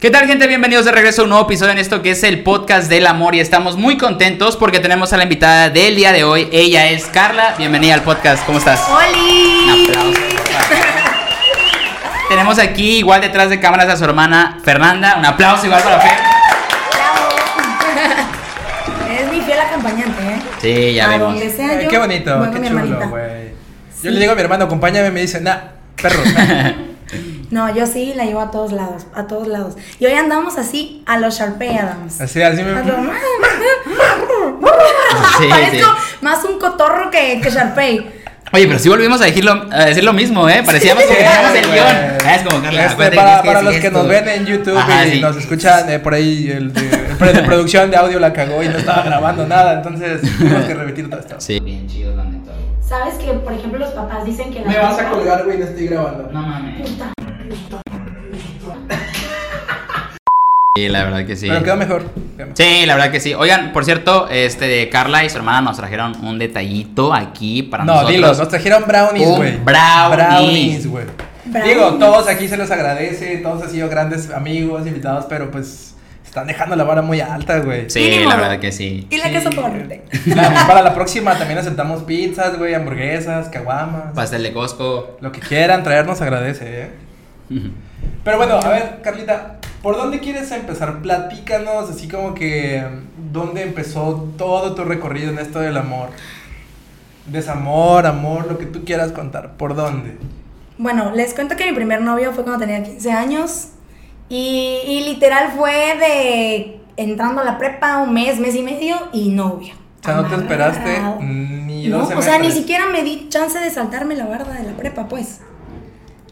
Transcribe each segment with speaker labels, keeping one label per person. Speaker 1: ¿Qué tal gente? Bienvenidos de regreso a un nuevo episodio en esto que es el podcast del amor y estamos muy contentos porque tenemos a la invitada del día de hoy. Ella es Carla. Bienvenida al podcast. ¿Cómo estás?
Speaker 2: ¡Holi!
Speaker 1: Un aplauso, Tenemos aquí igual detrás de cámaras a su hermana Fernanda. Un aplauso igual para Fer.
Speaker 2: Bravo. Es mi fiel acompañante, ¿eh?
Speaker 1: Sí, ya
Speaker 2: A
Speaker 1: vemos.
Speaker 2: donde sea
Speaker 3: Ay,
Speaker 2: yo,
Speaker 3: qué bonito,
Speaker 2: voy con mi
Speaker 3: qué chulo,
Speaker 2: hermanita.
Speaker 3: güey.
Speaker 2: Sí.
Speaker 3: Yo le digo a mi hermano, acompáñame, me dice, nah, perro.
Speaker 2: No, yo sí la llevo a todos lados, a todos lados. Y hoy andamos así a los Sharpay Adams.
Speaker 3: así, así
Speaker 2: A lo-
Speaker 3: me...
Speaker 1: Sí,
Speaker 2: Parezco
Speaker 1: sí.
Speaker 2: más un cotorro que, que Sharpay.
Speaker 1: Oye, pero sí volvimos a decir lo, a decir lo mismo, ¿eh? Parecíamos que
Speaker 3: Sí,
Speaker 1: teníamos el
Speaker 3: güey.
Speaker 1: guión. Ah, Es como Carla.
Speaker 3: Este,
Speaker 1: acuérdate que
Speaker 3: para
Speaker 1: tienes que
Speaker 3: para
Speaker 1: decir
Speaker 3: los que
Speaker 1: esto.
Speaker 3: nos ven en YouTube
Speaker 1: Ajá,
Speaker 3: y
Speaker 1: sí.
Speaker 3: nos escuchan eh, por ahí, el de, pre- de producción de audio la cagó y no estaba grabando nada, entonces tenemos que repetir todo esto.
Speaker 1: Sí. Bien chido, la neta.
Speaker 4: ¿Sabes que, por ejemplo, los papás dicen que la culpa-
Speaker 3: güey, no estoy grabando.
Speaker 1: No mames. Sí, la verdad que sí.
Speaker 3: Pero quedó mejor. quedó mejor.
Speaker 1: Sí, la verdad que sí. Oigan, por cierto, este Carla y su hermana nos trajeron un detallito aquí para
Speaker 3: No,
Speaker 1: nosotros.
Speaker 3: dilo, nos trajeron brownies,
Speaker 1: Un
Speaker 3: güey.
Speaker 1: brownies.
Speaker 3: Brownies, güey.
Speaker 2: Brownies.
Speaker 3: Digo, todos aquí se los agradece, todos han sido grandes amigos, invitados, pero pues están dejando la vara muy alta, güey.
Speaker 1: Sí,
Speaker 2: Mínimo.
Speaker 1: la verdad que sí.
Speaker 2: Y la que
Speaker 3: Sí.
Speaker 2: queso favorita.
Speaker 3: Claro, para la próxima también aceptamos pizzas, güey, hamburguesas, caguamas.
Speaker 1: Pastel de Costco.
Speaker 3: Lo que quieran traernos agradece, ¿eh? Pero bueno, a ver, Carlita, ¿por dónde quieres empezar? Platícanos, así como que, ¿dónde empezó todo tu recorrido en esto del amor? Desamor, amor, lo que tú quieras contar. ¿Por dónde?
Speaker 2: Bueno, les cuento que mi primer novio fue cuando tenía 15 años y, y literal fue de entrando a la prepa un mes, mes y medio y novia.
Speaker 3: O sea, no te esperaste
Speaker 2: Amarrado.
Speaker 3: ni
Speaker 2: No,
Speaker 3: dos
Speaker 2: o sea, ni
Speaker 3: semestres.
Speaker 2: siquiera me di chance de saltarme la barda de la prepa, pues.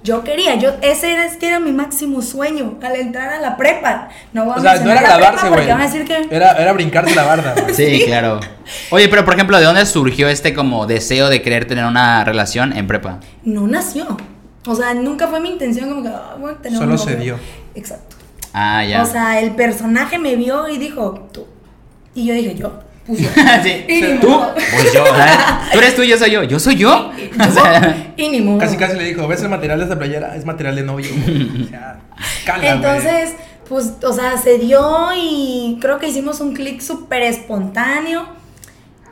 Speaker 2: Yo quería, yo ese era, es que era mi máximo sueño al entrar a la prepa. No voy a
Speaker 3: O sea, no
Speaker 2: mencionar
Speaker 3: era
Speaker 2: la prepa
Speaker 3: grabarse,
Speaker 2: porque
Speaker 3: güey. Eh.
Speaker 2: van a decir que
Speaker 3: Era, era brincarse la barda, güey.
Speaker 1: Sí, claro. Oye, pero por ejemplo, ¿de dónde surgió este como deseo de querer tener una relación en prepa?
Speaker 2: no nació. O sea, nunca fue mi intención como que "Ah, voy a tener un
Speaker 3: Solo se
Speaker 2: novio".
Speaker 3: dio.
Speaker 2: Exacto.
Speaker 1: Ah, ya.
Speaker 2: O sea, el personaje me vio y dijo, tú. Y yo dije, yo. Pues yo.
Speaker 1: Sí.
Speaker 2: Y ni
Speaker 1: ¿Tú?
Speaker 2: modo.
Speaker 1: Pues yo. ¿sabes? Tú eres tú y yo soy yo. ¿Yo soy yo?
Speaker 2: Yo,
Speaker 1: O sea,
Speaker 2: y ni modo.
Speaker 3: Casi casi le dijo, ¿ves el material de esta playera? Es material de novio. güey". O sea, cala, güey.
Speaker 2: Entonces, pues, o sea, se dio y creo que hicimos un clic súper espontáneo.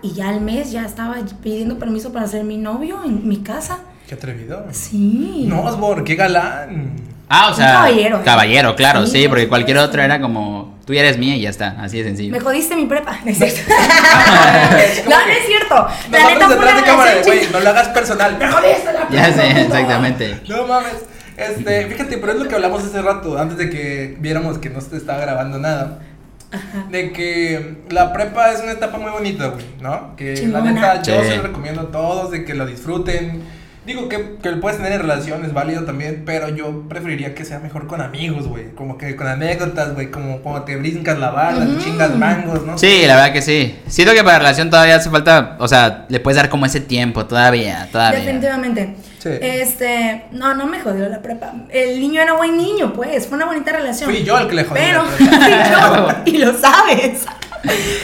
Speaker 2: Y ya al mes ya estaba pidiendo permiso para ser mi novio en mi casa.
Speaker 3: Qué atrevido.
Speaker 2: Sí.
Speaker 3: No, Osborne, qué galán.
Speaker 1: ah, o sea.
Speaker 2: Un caballero, ¿eh?
Speaker 1: Caballero, claro,
Speaker 2: Sí,
Speaker 1: sí, porque
Speaker 2: sí,
Speaker 1: cualquier
Speaker 2: sí.
Speaker 1: otro era como, tú ya eres mía y ya está, así de sencillo.
Speaker 2: Me jodiste mi prepa. No es cierto.
Speaker 3: Ah,
Speaker 2: no, no es cierto. La neta fue una
Speaker 3: Nosotros detrás de cámara de,
Speaker 2: relación
Speaker 3: güey, no lo hagas personal. Me jodiste la
Speaker 1: Ya sé,
Speaker 3: puta.
Speaker 1: exactamente.
Speaker 3: No mames. Este, fíjate, pero es lo que hablamos hace rato, antes de que viéramos que no se estaba grabando nada. De que la prepa es una etapa muy bonita, güey, ¿no? Que
Speaker 2: Chingona.
Speaker 3: la neta yo
Speaker 1: Sí.
Speaker 3: se lo recomiendo a todos de que lo disfruten. Digo que, que lo puedes tener en relaciones, válido también, pero yo preferiría que sea mejor con amigos, güey. Como que con anécdotas, güey, como cuando te brincas la barra, te chingas mangos, ¿no?
Speaker 1: Sí, la verdad que sí. Siento que para relación todavía hace falta, o sea, le puedes dar como ese tiempo todavía, todavía.
Speaker 2: Definitivamente.
Speaker 3: Sí.
Speaker 2: Este, no, no me jodió la prepa. El niño era buen niño, pues. Fue una bonita relación.
Speaker 3: Fui yo el que le jodí la
Speaker 2: Pero,
Speaker 3: prepa.
Speaker 2: fui yo, y lo sabes.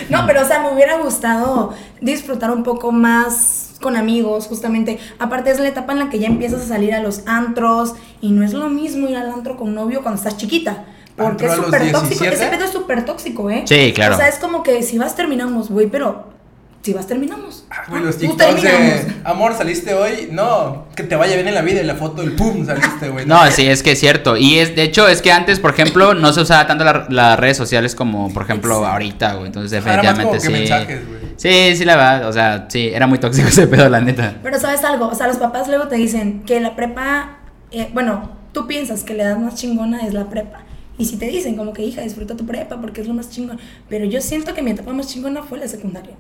Speaker 2: No, pero, o sea, me hubiera gustado disfrutar un poco más con amigos, justamente. Aparte, es la etapa en la que ya empiezas a salir a los antros. Y no es lo mismo ir al antro con novio cuando estás chiquita. Porque
Speaker 3: ¿Antro
Speaker 2: es
Speaker 3: a los
Speaker 2: súper tóxico.
Speaker 3: 17?
Speaker 2: Ese pedo es súper tóxico, ¿eh?
Speaker 1: Sí, claro.
Speaker 2: O sea, es como que si vas, terminamos, güey, pero. Si vas, terminamos.
Speaker 3: Ah, güey, los
Speaker 2: Tú
Speaker 3: TikToks
Speaker 2: terminamos.
Speaker 3: de amor, saliste hoy. No, que te vaya bien en la vida. Y la foto del pum, saliste, güey.
Speaker 1: No, sí, es que es cierto. Y es, de hecho, es que antes, por ejemplo, no se usaba tanto la- las redes sociales como, por ejemplo, ahorita, güey. Entonces,
Speaker 3: Ajá, era más como
Speaker 1: definitivamente
Speaker 3: que mensajes,
Speaker 1: sí.
Speaker 3: güey.
Speaker 1: Sí, sí, la verdad. O sea, sí, era muy tóxico ese pedo, la neta.
Speaker 2: Pero sabes algo, o sea, los papás luego te dicen que la prepa, eh, bueno, tú piensas que la edad más chingona es la prepa. Y si te dicen como que, hija, disfruta tu prepa porque es lo más chingón. Pero yo siento que mi etapa más chingona fue la secundaria.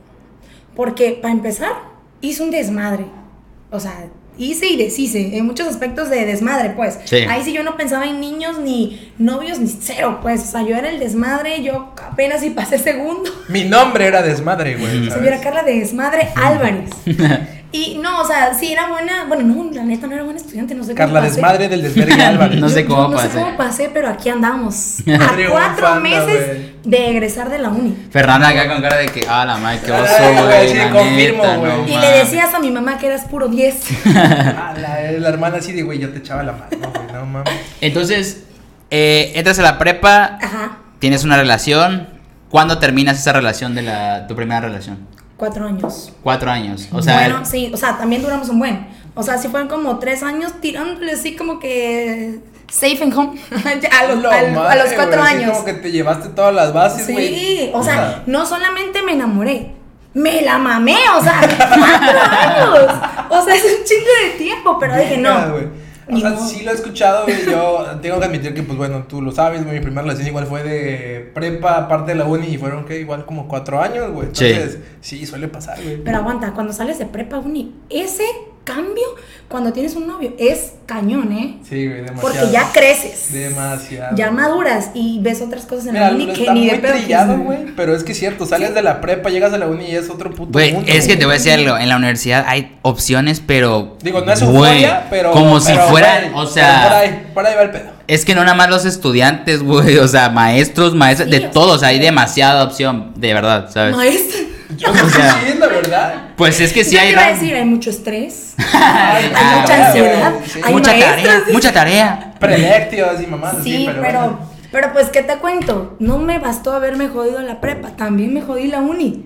Speaker 2: Porque, para empezar, hice un desmadre. O sea, hice y deshice en muchos aspectos de desmadre, pues.
Speaker 1: Sí.
Speaker 2: Ahí sí yo no pensaba en niños, ni novios, ni cero, pues. O sea, yo era el desmadre, yo apenas si pasé segundo.
Speaker 3: Mi nombre era desmadre, güey. ¿sabes?
Speaker 2: Señora Carla de Desmadre Álvarez. Y no, o sea, sí era buena. Bueno, no, la neta no era buena estudiante, no sé cómo
Speaker 3: Carla
Speaker 2: pasé.
Speaker 3: desmadre del desvergue Álvarez.
Speaker 1: No sé
Speaker 2: Yo
Speaker 1: cómo
Speaker 2: no sé
Speaker 1: pasé.
Speaker 2: cómo pasé, pero aquí andamos. A cuatro
Speaker 3: Triunfando,
Speaker 2: meses de egresar de la uni.
Speaker 1: Fernanda acá con cara de que, ah, la madre, qué
Speaker 3: Ay,
Speaker 1: oso,
Speaker 3: güey,
Speaker 1: güey.
Speaker 3: sí,
Speaker 1: la
Speaker 3: confirmo,
Speaker 1: neta,
Speaker 3: güey.
Speaker 1: no
Speaker 2: Y le
Speaker 1: mames.
Speaker 2: decías a mi mamá que eras puro 10.
Speaker 3: Ah, la, la hermana así de, güey, yo te echaba la mano, güey. No mames.
Speaker 1: Entonces, eh, entras a la prepa,
Speaker 2: Ajá,
Speaker 1: tienes una relación. ¿Cuándo terminas esa relación de la, tu primera relación?
Speaker 2: cuatro años.
Speaker 1: Cuatro años. O sea,
Speaker 2: bueno, sí, o sea, también duramos un buen. O sea, sí fueron como tres años tirándole así como que safe and home a, los,
Speaker 3: No,
Speaker 2: a los- a
Speaker 3: madre,
Speaker 2: los cuatro
Speaker 3: güey, así
Speaker 2: años.
Speaker 3: como que te llevaste todas las bases, güey.
Speaker 2: Sí, o sea, no solamente me enamoré, me la mamé, o sea, cuatro años. O sea, es un chingo de tiempo, pero dije
Speaker 3: Nada,
Speaker 2: no.
Speaker 3: güey. O
Speaker 2: Ni
Speaker 3: sea,
Speaker 2: modo.
Speaker 3: sí lo he escuchado, güey. Yo tengo que admitir que, pues bueno, tú lo sabes, güey. Mi primera relación igual fue de prepa, aparte de la uni, y fueron, que Igual como cuatro años, güey.
Speaker 1: Sí.
Speaker 3: Entonces, sí, suele pasar, güey.
Speaker 2: Pero aguanta, cuando sales de prepa uni, ese cambio cuando tienes un novio es cañón, ¿eh?
Speaker 3: Sí, güey, demasiado.
Speaker 2: Porque ya creces.
Speaker 3: Demasiado.
Speaker 2: Ya maduras y ves otras cosas en
Speaker 3: Mira,
Speaker 2: la
Speaker 3: lo
Speaker 2: uni que
Speaker 3: está
Speaker 2: ni
Speaker 3: muy
Speaker 2: de pedo quieres
Speaker 3: trillado,
Speaker 2: ver.
Speaker 3: güey. Pero es que es cierto, sales de la prepa, llegas a la uni y es otro puto
Speaker 1: güey,
Speaker 3: mundo.
Speaker 1: es que
Speaker 3: güey.
Speaker 1: te voy a decir algo. En la universidad hay opciones, pero.
Speaker 3: Digo, no es
Speaker 1: güey,
Speaker 3: euforia, pero.
Speaker 1: Como si
Speaker 3: pero
Speaker 1: fueran,
Speaker 3: por
Speaker 1: o
Speaker 3: ahí,
Speaker 1: sea.
Speaker 3: pero Por ahí, por ahí va el pedo.
Speaker 1: Es que no nada más los estudiantes, güey, o sea, maestros, maestras,
Speaker 2: Sí,
Speaker 1: de
Speaker 2: o sea,
Speaker 1: todos, hay demasiada opción, de verdad, ¿sabes?
Speaker 2: Maestra.
Speaker 3: Yo no sé
Speaker 1: sea-
Speaker 3: si es la verdad.
Speaker 1: Pues es que sí
Speaker 2: Yo te
Speaker 1: hay...
Speaker 2: iba a
Speaker 1: ra-
Speaker 2: decir, hay mucho estrés,
Speaker 3: Ay,
Speaker 2: hay mucha
Speaker 3: claro, Ah, güey,
Speaker 2: ansiedad,
Speaker 3: sí.
Speaker 2: hay
Speaker 1: mucha
Speaker 2: maestras.
Speaker 1: tarea, mucha tarea.
Speaker 3: Prelectios y mamás. así,
Speaker 2: Sí, pero, pero,
Speaker 3: bueno.
Speaker 2: pues, ¿qué te cuento? No me bastó haberme jodido la prepa, también me jodí la uni.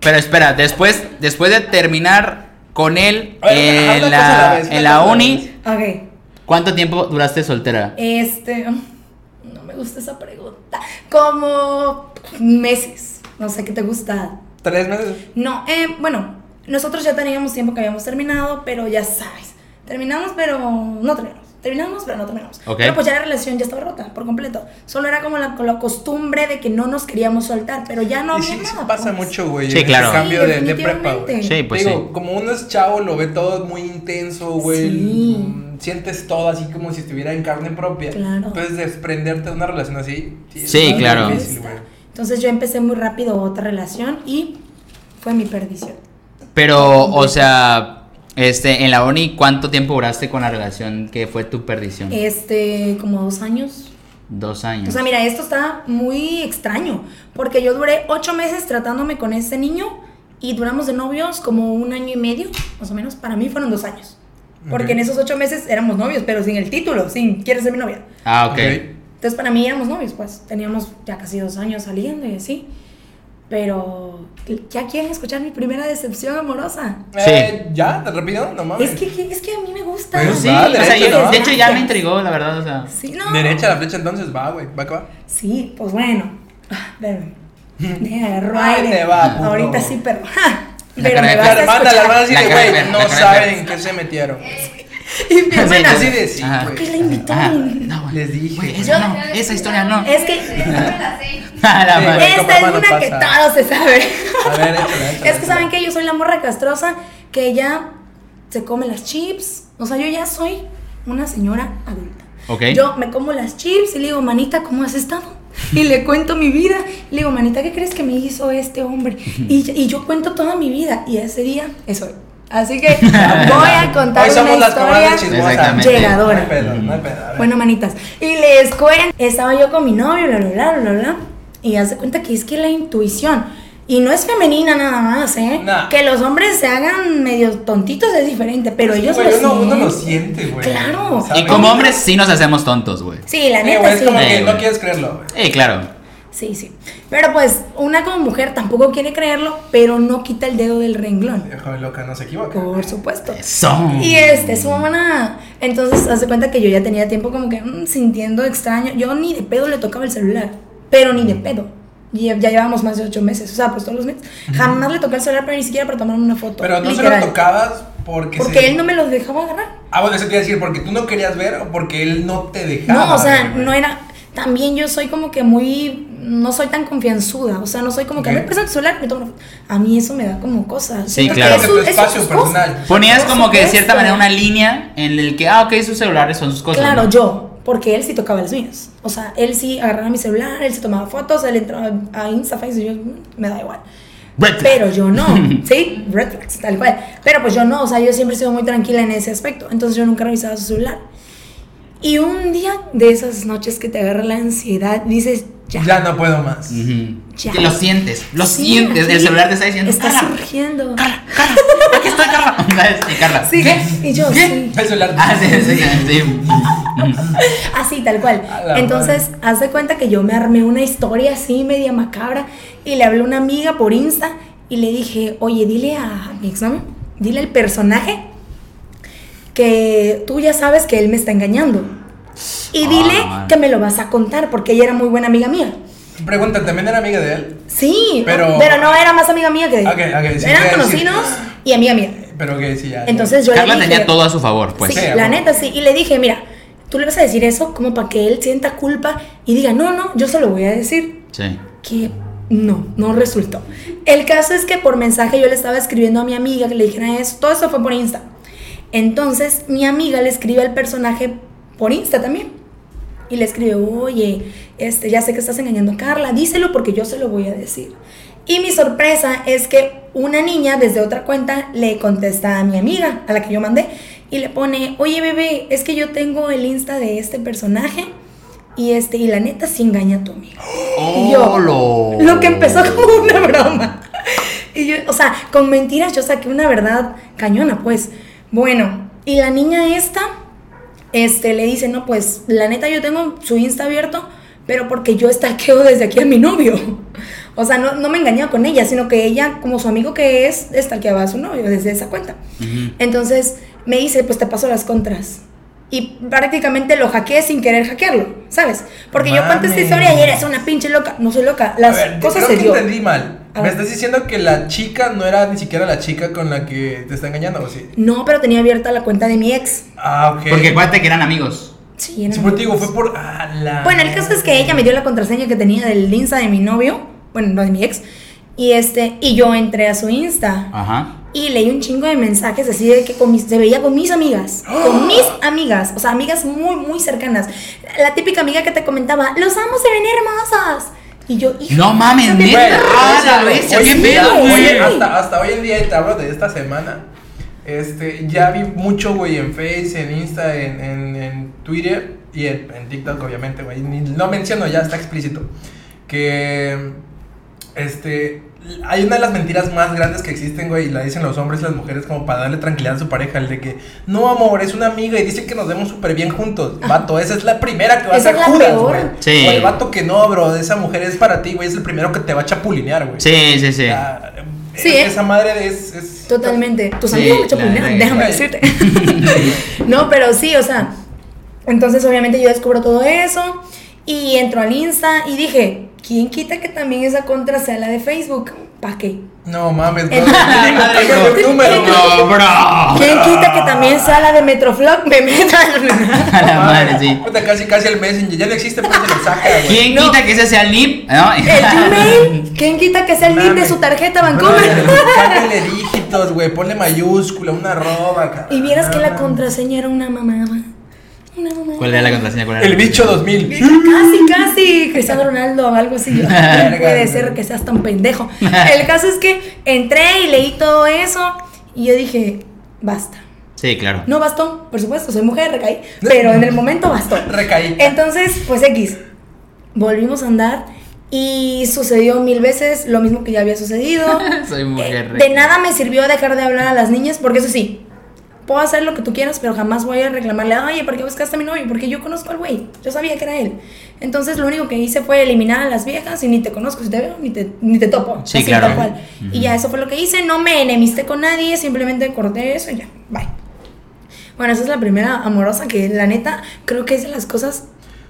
Speaker 1: Pero espera, después, después de terminar con él
Speaker 3: A ver, haz
Speaker 1: en
Speaker 3: una cosa a
Speaker 1: la,
Speaker 3: la vez, una
Speaker 1: en la
Speaker 3: cosa a la
Speaker 1: uni,
Speaker 2: Ok,
Speaker 1: ¿cuánto tiempo duraste soltera?
Speaker 2: este, no me gusta esa pregunta. Como meses, no sé qué te gusta.
Speaker 3: Tres meses.
Speaker 2: No, eh, bueno, nosotros ya teníamos tiempo que habíamos terminado, pero ya sabes, terminamos pero no terminamos. Terminamos, pero no terminamos.
Speaker 1: Ok.
Speaker 2: Pero pues ya la relación ya estaba rota por completo. Solo era como la, la costumbre de que no nos queríamos soltar, pero ya no
Speaker 3: y
Speaker 2: había
Speaker 3: sí, sí
Speaker 2: nada.
Speaker 3: pasa
Speaker 2: pues.
Speaker 3: mucho, güey.
Speaker 1: Sí,
Speaker 3: en
Speaker 1: claro.
Speaker 3: ese cambio
Speaker 2: Sí,
Speaker 3: de, de prepa, güey.
Speaker 2: definitivamente.
Speaker 1: Sí, pues
Speaker 3: Digo,
Speaker 1: sí.
Speaker 3: como uno es chavo, lo ve todo muy intenso, güey.
Speaker 2: Sí.
Speaker 3: mm, Sientes todo así como si estuviera en carne propia.
Speaker 2: Claro.
Speaker 3: Entonces, desprenderte de una relación así. es
Speaker 1: Sí,
Speaker 3: muy
Speaker 1: claro.
Speaker 3: difícil, güey.
Speaker 2: Entonces yo empecé muy rápido otra relación y fue mi perdición.
Speaker 1: Pero, o sea, este, en la uni, ¿cuánto tiempo duraste con la relación que fue tu perdición?
Speaker 2: Este, como dos años.
Speaker 1: Dos años.
Speaker 2: O sea, mira, esto está muy extraño, porque yo duré ocho meses tratándome con ese niño y duramos de novios como un año y medio, más o menos. Para mí fueron dos años, porque
Speaker 3: Ok.
Speaker 2: en esos ocho meses éramos novios, pero sin el título, sin quieres ser mi novia.
Speaker 1: ah, ok.
Speaker 2: Entonces para mí éramos novios, pues teníamos ya casi dos años saliendo y así. Pero, ¿ya quieren escuchar mi primera decepción amorosa?
Speaker 3: Eh, ¿Ya? ¿Te repito? No mames.
Speaker 2: Es que, que- es que a mí me gusta.
Speaker 3: Pero
Speaker 1: Pues Sí,
Speaker 3: Va,
Speaker 1: o sea,
Speaker 3: derecho,
Speaker 1: yo-
Speaker 3: ¿no?
Speaker 1: de hecho ya me intrigó, la verdad, o sea.
Speaker 2: Sí, no.
Speaker 3: Derecha la flecha entonces, va, güey. Va que va.
Speaker 2: Sí, pues bueno. Ah, Espérame. Deja, agarro
Speaker 3: Ay,
Speaker 2: aire.
Speaker 3: te va, puto.
Speaker 2: Ahorita sí, pero. ja,
Speaker 1: La
Speaker 2: Pero
Speaker 1: cara
Speaker 2: me
Speaker 1: de
Speaker 2: vas
Speaker 3: La
Speaker 2: a
Speaker 3: hermana, la hermana
Speaker 2: escuchar.
Speaker 3: así
Speaker 1: La
Speaker 3: de,
Speaker 1: cara de
Speaker 3: güey,
Speaker 1: perro, la
Speaker 3: no
Speaker 1: cara de
Speaker 3: saben
Speaker 1: perro.
Speaker 3: en qué se metieron.
Speaker 2: Y mi
Speaker 1: Sí,
Speaker 2: hermana,
Speaker 1: sí,
Speaker 3: así
Speaker 1: sí.
Speaker 3: de sí,
Speaker 1: Ajá.
Speaker 3: güey.
Speaker 2: ¿por qué la invitaron?
Speaker 1: No, güey.
Speaker 3: Les dije.
Speaker 1: Güey, esa no, esa historia no.
Speaker 2: Es que.
Speaker 1: A la
Speaker 3: Sí,
Speaker 1: madre.
Speaker 3: güey.
Speaker 2: Esta
Speaker 3: compa,
Speaker 2: es
Speaker 3: mano,
Speaker 2: una que
Speaker 3: pasa.
Speaker 2: todo se sabe.
Speaker 3: A ver, échala, échala,
Speaker 2: Es que
Speaker 3: échala.
Speaker 2: saben que yo soy la morra castrosa que ella se come las chips. O sea, yo ya soy una señora adulta.
Speaker 1: Ok.
Speaker 2: Yo me como las chips y le digo, manita, ¿cómo has estado? Y le cuento mi vida. Le digo, manita, ¿qué crees que me hizo este hombre? Y, y yo cuento toda mi vida. Y ese día es hoy. Así que voy a contar
Speaker 3: Hoy somos
Speaker 2: una
Speaker 3: las comadres
Speaker 2: historia.
Speaker 3: chismosas.
Speaker 1: Exactamente.
Speaker 2: Llegadora.
Speaker 3: No hay pedo, no hay pedo. a ver.
Speaker 2: Bueno, manitas. Y les cuento, estaba yo con mi novio, bla, bla, bla, bla, bla. Y hace cuenta que es que la intuición, y no es femenina nada más, ¿eh?
Speaker 3: Nah.
Speaker 2: Que los hombres se hagan medio tontitos es diferente, pero ellos
Speaker 3: Güey,
Speaker 2: lo
Speaker 3: uno, uno lo
Speaker 2: sienten.
Speaker 3: siente, güey.
Speaker 2: Claro.
Speaker 1: Y
Speaker 3: ¿sabes?
Speaker 1: como hombres sí nos hacemos tontos, güey.
Speaker 2: Sí, la
Speaker 3: Sí,
Speaker 2: neta,
Speaker 3: güey, es
Speaker 2: sí.
Speaker 3: como
Speaker 1: Sí,
Speaker 3: que
Speaker 1: güey.
Speaker 3: no quieres creerlo, güey.
Speaker 1: Eh, claro.
Speaker 2: Sí, sí. Pero pues, una como mujer tampoco quiere creerlo, pero no quita el dedo del renglón.
Speaker 3: Ay, joven loca, no se equivoca.
Speaker 2: Por supuesto.
Speaker 1: Son.
Speaker 2: Y este, su mamá, entonces hace cuenta que yo ya tenía tiempo como que mm, sintiendo extraño. Yo ni de pedo le tocaba el celular, pero ni de pedo. Y ya ya llevábamos más de ocho meses, o sea, pues todos los meses. Jamás le tocaba el celular, pero ni siquiera para tomarme una foto.
Speaker 3: Pero no se
Speaker 2: literal.
Speaker 3: lo tocabas porque.
Speaker 2: Porque
Speaker 3: se-
Speaker 2: él no me los dejaba agarrar.
Speaker 3: Ah, bueno, eso te iba a decir, porque tú no querías ver o porque él no te dejaba.
Speaker 2: No, o sea,
Speaker 3: güey.
Speaker 2: no era. También yo soy como que muy. No soy tan confianzuda, o sea, no soy como que
Speaker 3: Ok.
Speaker 2: me presento el celular y me tomo una foto. A mí eso me da como cosas.
Speaker 1: Sí,
Speaker 2: Porque
Speaker 1: claro.
Speaker 2: es
Speaker 3: Tu
Speaker 2: su- es
Speaker 3: espacio
Speaker 2: sus cosas.
Speaker 3: personal.
Speaker 1: Ponías como que de cierta
Speaker 2: supuesto.
Speaker 1: manera una línea en el que, ah, ok, sus celulares son sus cosas.
Speaker 2: Claro,
Speaker 1: ¿no?
Speaker 2: yo, porque él sí tocaba los míos. O sea, él sí agarraba mi celular, él se tomaba fotos, él entraba a Insta, Facebook, yo, mm, me da igual.
Speaker 1: Red flag.
Speaker 2: Pero yo no, ¿sí? Red flags, tal cual. Pero pues yo no, o sea, yo siempre he sido muy tranquila en ese aspecto, entonces yo nunca revisaba su celular. Y un día de esas noches que te agarra la ansiedad, dices, ya,
Speaker 3: Ya no puedo más.
Speaker 1: Ujú.
Speaker 2: Ya.
Speaker 1: Que lo sientes, lo
Speaker 2: Sí,
Speaker 1: sientes. El
Speaker 2: aquí
Speaker 1: celular te está diciendo.
Speaker 2: Está
Speaker 1: "Carla,
Speaker 2: surgiendo.
Speaker 1: Carla, Carla, aquí estoy, Carla. ¿Sabes? Y Carla.
Speaker 2: Sí,
Speaker 1: ¿qué?
Speaker 2: y yo,
Speaker 1: ¿Qué?
Speaker 2: sí.
Speaker 3: El celular.
Speaker 1: Ah, sí, sí, sí.
Speaker 2: Así, tal cual.
Speaker 3: A la
Speaker 2: Entonces, haz de cuenta que yo me armé una historia así, media macabra, y le hablé a una amiga por Insta y le dije, oye, dile a, a mi exnovio, dile al personaje que tú ya sabes que él me está engañando. Y
Speaker 1: Ah,
Speaker 2: dile
Speaker 1: madre.
Speaker 2: que me lo vas a contar, porque ella era muy buena amiga mía.
Speaker 3: Pregunta, ¿también era amiga de él?
Speaker 2: Sí,
Speaker 3: Pero-
Speaker 2: pero, no era más amiga mía que de
Speaker 3: Ok, ok, sí,
Speaker 2: Eran
Speaker 3: quiere
Speaker 2: conocidos
Speaker 3: decir-
Speaker 2: y amiga mía.
Speaker 3: Pero que sí, ya.
Speaker 2: Entonces yo
Speaker 1: Carla
Speaker 2: le dije...
Speaker 1: tenía todo a su favor, pues.
Speaker 2: sí,
Speaker 3: Sí,
Speaker 2: la
Speaker 3: amor.
Speaker 2: neta, sí. Y le dije, mira, tú le vas a decir eso como para que él sienta culpa y diga, no, no, yo se lo voy a decir.
Speaker 1: Sí.
Speaker 2: Que no, no resultó. El caso es que por mensaje yo le estaba escribiendo a mi amiga que le dijera eso. Todo eso fue por Insta. Entonces mi amiga le escribe al personaje por Insta también. Y le escribe, oye, este, ya sé que estás engañando a Carla, díselo porque yo se lo voy a decir. Y mi sorpresa es que una niña desde otra cuenta le contesta a mi amiga, a la que yo mandé, y le pone, oye bebé, es que yo tengo el Insta de este personaje y, este, y la neta sí engaña a tu amiga. Y yo,
Speaker 1: Olo.
Speaker 2: lo que empezó como una broma. Y yo, o sea, con mentiras yo saqué una verdad cañona, pues. Bueno, y la niña esta, este, le dice, no, pues, la neta yo tengo su Insta abierto, pero porque yo estaqueo desde aquí a mi novio. O sea, no, no me engañaba con ella, sino que ella, como su amigo que es, estaqueaba a su novio desde esa cuenta.
Speaker 1: Ujú.
Speaker 2: Entonces me dice, pues te paso las contras. Y prácticamente lo hackeé sin querer hackearlo, ¿sabes? Porque yo cuento esta
Speaker 3: Mames.
Speaker 2: historia y eres una pinche loca. No soy loca,
Speaker 3: A
Speaker 2: las
Speaker 3: ver,
Speaker 2: cosas
Speaker 3: creo
Speaker 2: se
Speaker 3: que
Speaker 2: dio.
Speaker 3: entendí mal.
Speaker 2: A
Speaker 3: Me
Speaker 2: ver.
Speaker 3: estás diciendo que la chica no era ni siquiera la chica con la que te está engañando, ¿o sí?
Speaker 2: No, pero tenía abierta la cuenta de mi ex.
Speaker 3: Ah, ok.
Speaker 1: Porque acuérdate que eran amigos.
Speaker 2: Sí, era-
Speaker 3: Sí, pero te digo, fue por. Ah, la-
Speaker 2: Bueno, el caso es que ella me dio la contraseña que tenía del Insta de mi novio, bueno, no de mi ex, y este, y yo entré a su Insta
Speaker 1: Ajá.
Speaker 2: y leí un chingo de mensajes así de que con mis- se veía con mis amigas,
Speaker 3: ¡Ah!
Speaker 2: con mis amigas, o sea, amigas muy, muy cercanas. La típica amiga que te comentaba, los amo, se ven hermosas. Y yo, hija,
Speaker 1: No mames,
Speaker 2: te-
Speaker 1: neta. Ah, la
Speaker 3: oye,
Speaker 1: bestia,
Speaker 3: oye,
Speaker 1: qué pedo,
Speaker 3: oye,
Speaker 1: güey.
Speaker 3: hasta, hasta hoy en día, y te hablo de esta semana, este, ya vi mucho, güey, en Face, en Insta, en, en, en Twitter y en, en TikTok, obviamente, güey. Ni- No menciono ya, está explícito. Que, este, hay una de las mentiras más grandes que existen, güey, y la dicen los hombres y las mujeres como para darle tranquilidad a su pareja, el de que, no, amor, es una amiga y dice que nos vemos súper bien juntos. Vato, esa es la primera que va
Speaker 2: Esa
Speaker 3: a ser
Speaker 2: es la
Speaker 3: Judas,
Speaker 2: peor.
Speaker 3: güey.
Speaker 1: Sí.
Speaker 3: O el vato que no, bro, esa mujer es para ti, güey, es el primero que te va a chapulinear, güey.
Speaker 1: Sí, sí, sí.
Speaker 3: Ah,
Speaker 2: Sí,
Speaker 3: eh,
Speaker 2: ¿eh?
Speaker 3: Esa madre es. es-
Speaker 2: Totalmente. Tus
Speaker 1: Sí,
Speaker 2: amigos me
Speaker 1: la
Speaker 2: chapulinean,
Speaker 1: neta
Speaker 2: déjame
Speaker 3: que sí.
Speaker 2: decirte. no, pero sí, o sea. Entonces, obviamente, yo descubro todo eso. Y entro al Insta y dije, ¿quién quita que también esa contra sea la de Facebook? ¿Para qué?
Speaker 3: No mames, bro.
Speaker 2: Entonces-
Speaker 3: Tengo- tengo tu número, bro.
Speaker 1: No, bro.
Speaker 2: ¿Quién quita que también sea la de Metroflog? Me metan.
Speaker 1: A la madre, sí.
Speaker 3: Ah, Puta, casi, casi el Messenger. Ya no existe, pero se lo saca, güey.
Speaker 1: ¿Quién
Speaker 2: No.
Speaker 1: quita que ese sea el NIP? ¿No?
Speaker 2: El Gmail. ¿Quién quita que sea el link de
Speaker 3: Mames.
Speaker 2: su tarjeta
Speaker 3: Brother,
Speaker 2: Bancomer?
Speaker 3: Cámbiale dígitos, güey. Ponle mayúscula, una arroba, cara.
Speaker 2: Y vieras que la
Speaker 3: Ah.
Speaker 2: contraseña era una mamada. Una mamada.
Speaker 1: ¿Cuál era la contraseña? ¿Cuál era
Speaker 3: El
Speaker 1: la
Speaker 3: bicho
Speaker 1: contraseña?
Speaker 3: 2000.
Speaker 2: Casi, casi, Cristiano Ronaldo o algo así. Yo, No puede ser que seas tan pendejo. El caso es que entré y leí todo eso y yo dije, basta.
Speaker 1: Sí, claro.
Speaker 2: No bastó, por supuesto, soy mujer, recaí, pero en el momento bastó.
Speaker 3: Recaí.
Speaker 2: Entonces, pues X, volvimos a andar y sucedió mil veces lo mismo que ya había sucedido.
Speaker 1: Soy mujer.
Speaker 2: Eh, de nada me sirvió dejar de hablar a las niñas, porque eso sí, puedo hacer lo que tú quieras, pero jamás voy a reclamarle, oye, ¿por qué buscaste a mi novio? Porque yo conozco al güey, yo sabía que era él. Entonces lo único que hice fue eliminar a las viejas y ni te conozco, si te veo, ni te, ni te topo.
Speaker 1: Sí, claro.
Speaker 2: tal cual. Y ya eso fue lo que hice, no me enemisté con nadie, simplemente corté eso y ya, bye. Bueno, esa es la primera amorosa que la neta creo que es de las cosas...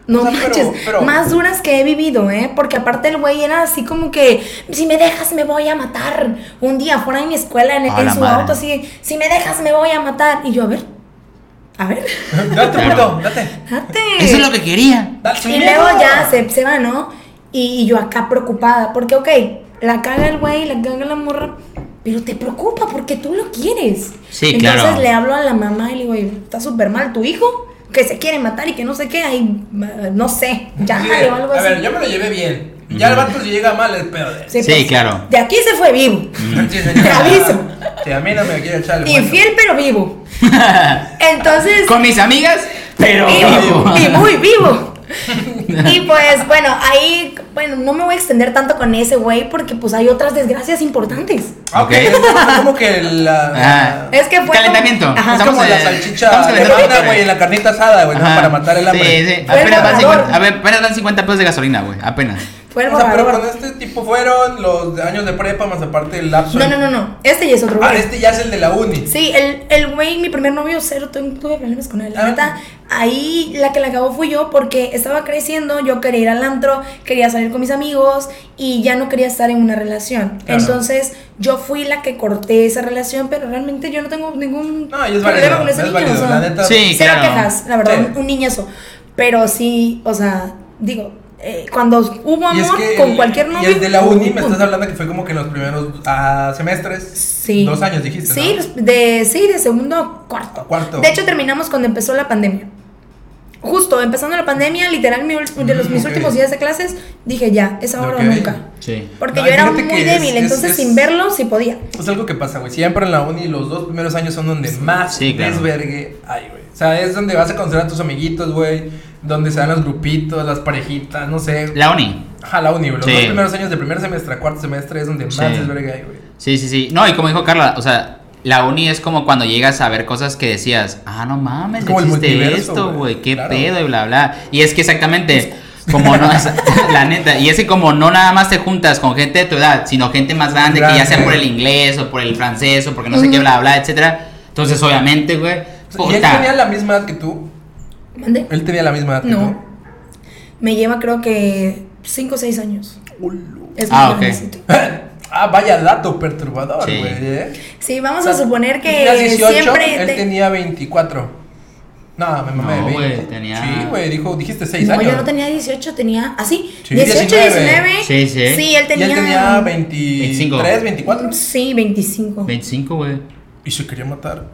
Speaker 2: No
Speaker 3: O sea, pero-
Speaker 2: manches,
Speaker 3: pero-
Speaker 2: más duras que he vivido, ¿eh? Porque aparte el güey era así como que, si me dejas me voy a matar. Un día fuera de mi escuela en,
Speaker 1: A
Speaker 2: en
Speaker 1: la
Speaker 2: su
Speaker 1: madre.
Speaker 2: auto así, si me dejas me voy a matar. Y yo, a ver, a ver,
Speaker 3: Date, puto, date.
Speaker 2: date.
Speaker 1: Eso es lo que quería.
Speaker 3: Date.
Speaker 2: Y luego ya se, se va, ¿no? Y, y yo acá preocupada, porque ok, la caga el güey, la caga la morra, pero te preocupa porque tú lo quieres.
Speaker 1: Sí,
Speaker 2: Entonces
Speaker 1: claro.
Speaker 2: le hablo a la mamá y le digo, está súper mal tu hijo, que se quiere matar y que no sé qué, ahí, ah, no sé, ya
Speaker 3: Sí,
Speaker 2: o algo
Speaker 3: a
Speaker 2: así.
Speaker 3: ver, yo me lo llevé bien. Ya el vato se llega mal, el pedo de él.
Speaker 1: Sí, claro.
Speaker 2: De aquí se fue vivo.
Speaker 3: Sí, señor.
Speaker 2: Te aviso.
Speaker 3: Sí, a mí no me quiere echar el cuento.
Speaker 2: Infiel pero vivo. Entonces,
Speaker 1: Con mis amigas, pero. Ah.
Speaker 2: vivo, y muy vivo. Y pues bueno, ahí, bueno, no me voy a extender tanto con ese güey porque pues hay otras desgracias importantes.
Speaker 3: Ah, ok.
Speaker 1: Ok.
Speaker 3: es como que la.
Speaker 1: Ah.
Speaker 2: Es que fue
Speaker 1: Calentamiento.
Speaker 2: como- Ajá.
Speaker 3: Es como
Speaker 1: Estamos,
Speaker 3: la
Speaker 1: eh,
Speaker 3: salchicha
Speaker 1: estamos calentando
Speaker 3: alemana,
Speaker 1: motores.
Speaker 3: güey, en la carnita asada, güey, ¿no?
Speaker 1: Ajá.
Speaker 3: para matar el hambre.
Speaker 1: Sí, sí.
Speaker 2: Fue el
Speaker 1: Apenas dan,
Speaker 2: borrador.
Speaker 1: 50, a ver, apenas dan 50 pesos de gasolina, güey. Apenas.
Speaker 2: Fue el
Speaker 3: O sea, pero
Speaker 2: borrador.
Speaker 3: con este tipo fueron los años de prepa más aparte el lapso.
Speaker 2: No, no, no, no. Este ya es otro
Speaker 3: Ah,
Speaker 2: güey.
Speaker 3: este ya es el de la uni.
Speaker 2: Sí, el, el güey, mi primer novio, cero, tu- tuve problemas con él. La
Speaker 3: Ah.
Speaker 2: neta, ahí la que la acabó fui yo porque estaba creciendo, yo quería ir al antro, quería salir con mis amigos y ya no quería estar en una relación.
Speaker 3: Claro.
Speaker 2: Entonces, yo fui la que corté esa relación, pero realmente yo no tengo ningún
Speaker 3: No, y es
Speaker 2: problema
Speaker 3: válido.
Speaker 2: con ese
Speaker 3: es
Speaker 2: niño. o
Speaker 3: válido,
Speaker 2: sea,
Speaker 3: la neta.
Speaker 1: Sí.
Speaker 2: cero
Speaker 1: claro.
Speaker 2: quejas, la verdad,
Speaker 3: Sí.
Speaker 2: un- un niñazo. Pero sí, o sea, digo, eh, cuando hubo
Speaker 3: Y es
Speaker 2: amor
Speaker 3: que
Speaker 2: con
Speaker 3: el-
Speaker 2: cualquier
Speaker 3: Y
Speaker 2: novio.
Speaker 3: el de la uni, me
Speaker 2: pum,
Speaker 3: estás hablando que fue como que en los primeros ah, semestres.
Speaker 2: Sí.
Speaker 3: Dos años dijiste.
Speaker 2: Sí,
Speaker 3: ¿no?
Speaker 2: los- de, sí, de segundo a cuarto.
Speaker 3: A cuarto.
Speaker 2: De hecho, terminamos cuando empezó la pandemia. Justo, empezando la pandemia, literal, mi ul- de los,
Speaker 3: Mm,
Speaker 2: mis
Speaker 3: ok.
Speaker 2: últimos días de clases, dije ya, es ahora
Speaker 3: Ok.
Speaker 2: o nunca.
Speaker 1: Sí.
Speaker 2: Porque
Speaker 3: No,
Speaker 2: yo era muy
Speaker 3: fíjate que es-
Speaker 2: débil,
Speaker 3: es-
Speaker 2: entonces
Speaker 3: es-
Speaker 2: sin verlo sí podía.
Speaker 3: Es algo que pasa, güey. Siempre en la uni los dos primeros años son donde más
Speaker 1: Sí, claro.
Speaker 3: desvergue hay, güey. O sea, es donde vas a conocer a tus amiguitos, güey. Donde se dan los grupitos, las parejitas, no sé.
Speaker 1: La uni.
Speaker 3: Ajá, la uni, güey. Los
Speaker 1: Sí.
Speaker 3: dos primeros años de primer semestre a cuarto semestre es donde más
Speaker 1: Sí.
Speaker 3: desvergue hay, güey.
Speaker 1: Sí, sí, sí. No, y como dijo Carla, o sea, la uni es como cuando llegas a ver cosas que decías, ah, no mames,
Speaker 3: Como el
Speaker 1: existe
Speaker 3: multiverso,
Speaker 1: esto,
Speaker 3: güey.
Speaker 1: güey, qué
Speaker 3: Claro.
Speaker 1: pedo y bla, bla. Y es que exactamente, como no, es- la neta, y es que como no nada más te juntas con gente de tu edad, sino gente más grande, que ya sea
Speaker 3: Grande.
Speaker 1: por el inglés o por el francés o porque no sé qué, bla, bla, etcétera. Entonces, obviamente, güey,
Speaker 3: Y él
Speaker 1: puta.
Speaker 3: tenía la misma edad que tú.
Speaker 2: ¿Mandé?
Speaker 3: Él tenía la misma edad que
Speaker 2: No. Me lleva creo que 5 o 6 años.
Speaker 3: tú. Ulu.
Speaker 2: Es
Speaker 1: Ah,
Speaker 2: muy
Speaker 1: ok.
Speaker 2: grandecito.
Speaker 3: Ah, vaya dato perturbador,
Speaker 1: Sí.
Speaker 3: güey. ¿eh?
Speaker 2: Sí, vamos a suponer que
Speaker 3: Tenías 18,
Speaker 2: siempre...
Speaker 3: él
Speaker 2: te-
Speaker 3: tenía 24. No, me mamé.
Speaker 1: No,
Speaker 3: 20.
Speaker 1: güey, tenía-
Speaker 3: Sí, güey, dijo, dijiste 6
Speaker 2: no,
Speaker 3: años.
Speaker 2: yo no tenía 18, tenía... ah, Así,
Speaker 3: Sí,
Speaker 2: 18,
Speaker 3: 19.
Speaker 2: 19.
Speaker 1: Sí, sí.
Speaker 2: Sí, él tenía...
Speaker 3: Y él tenía 23, 24.
Speaker 2: Sí, 25.
Speaker 1: 25, güey.
Speaker 3: Y se quería matar.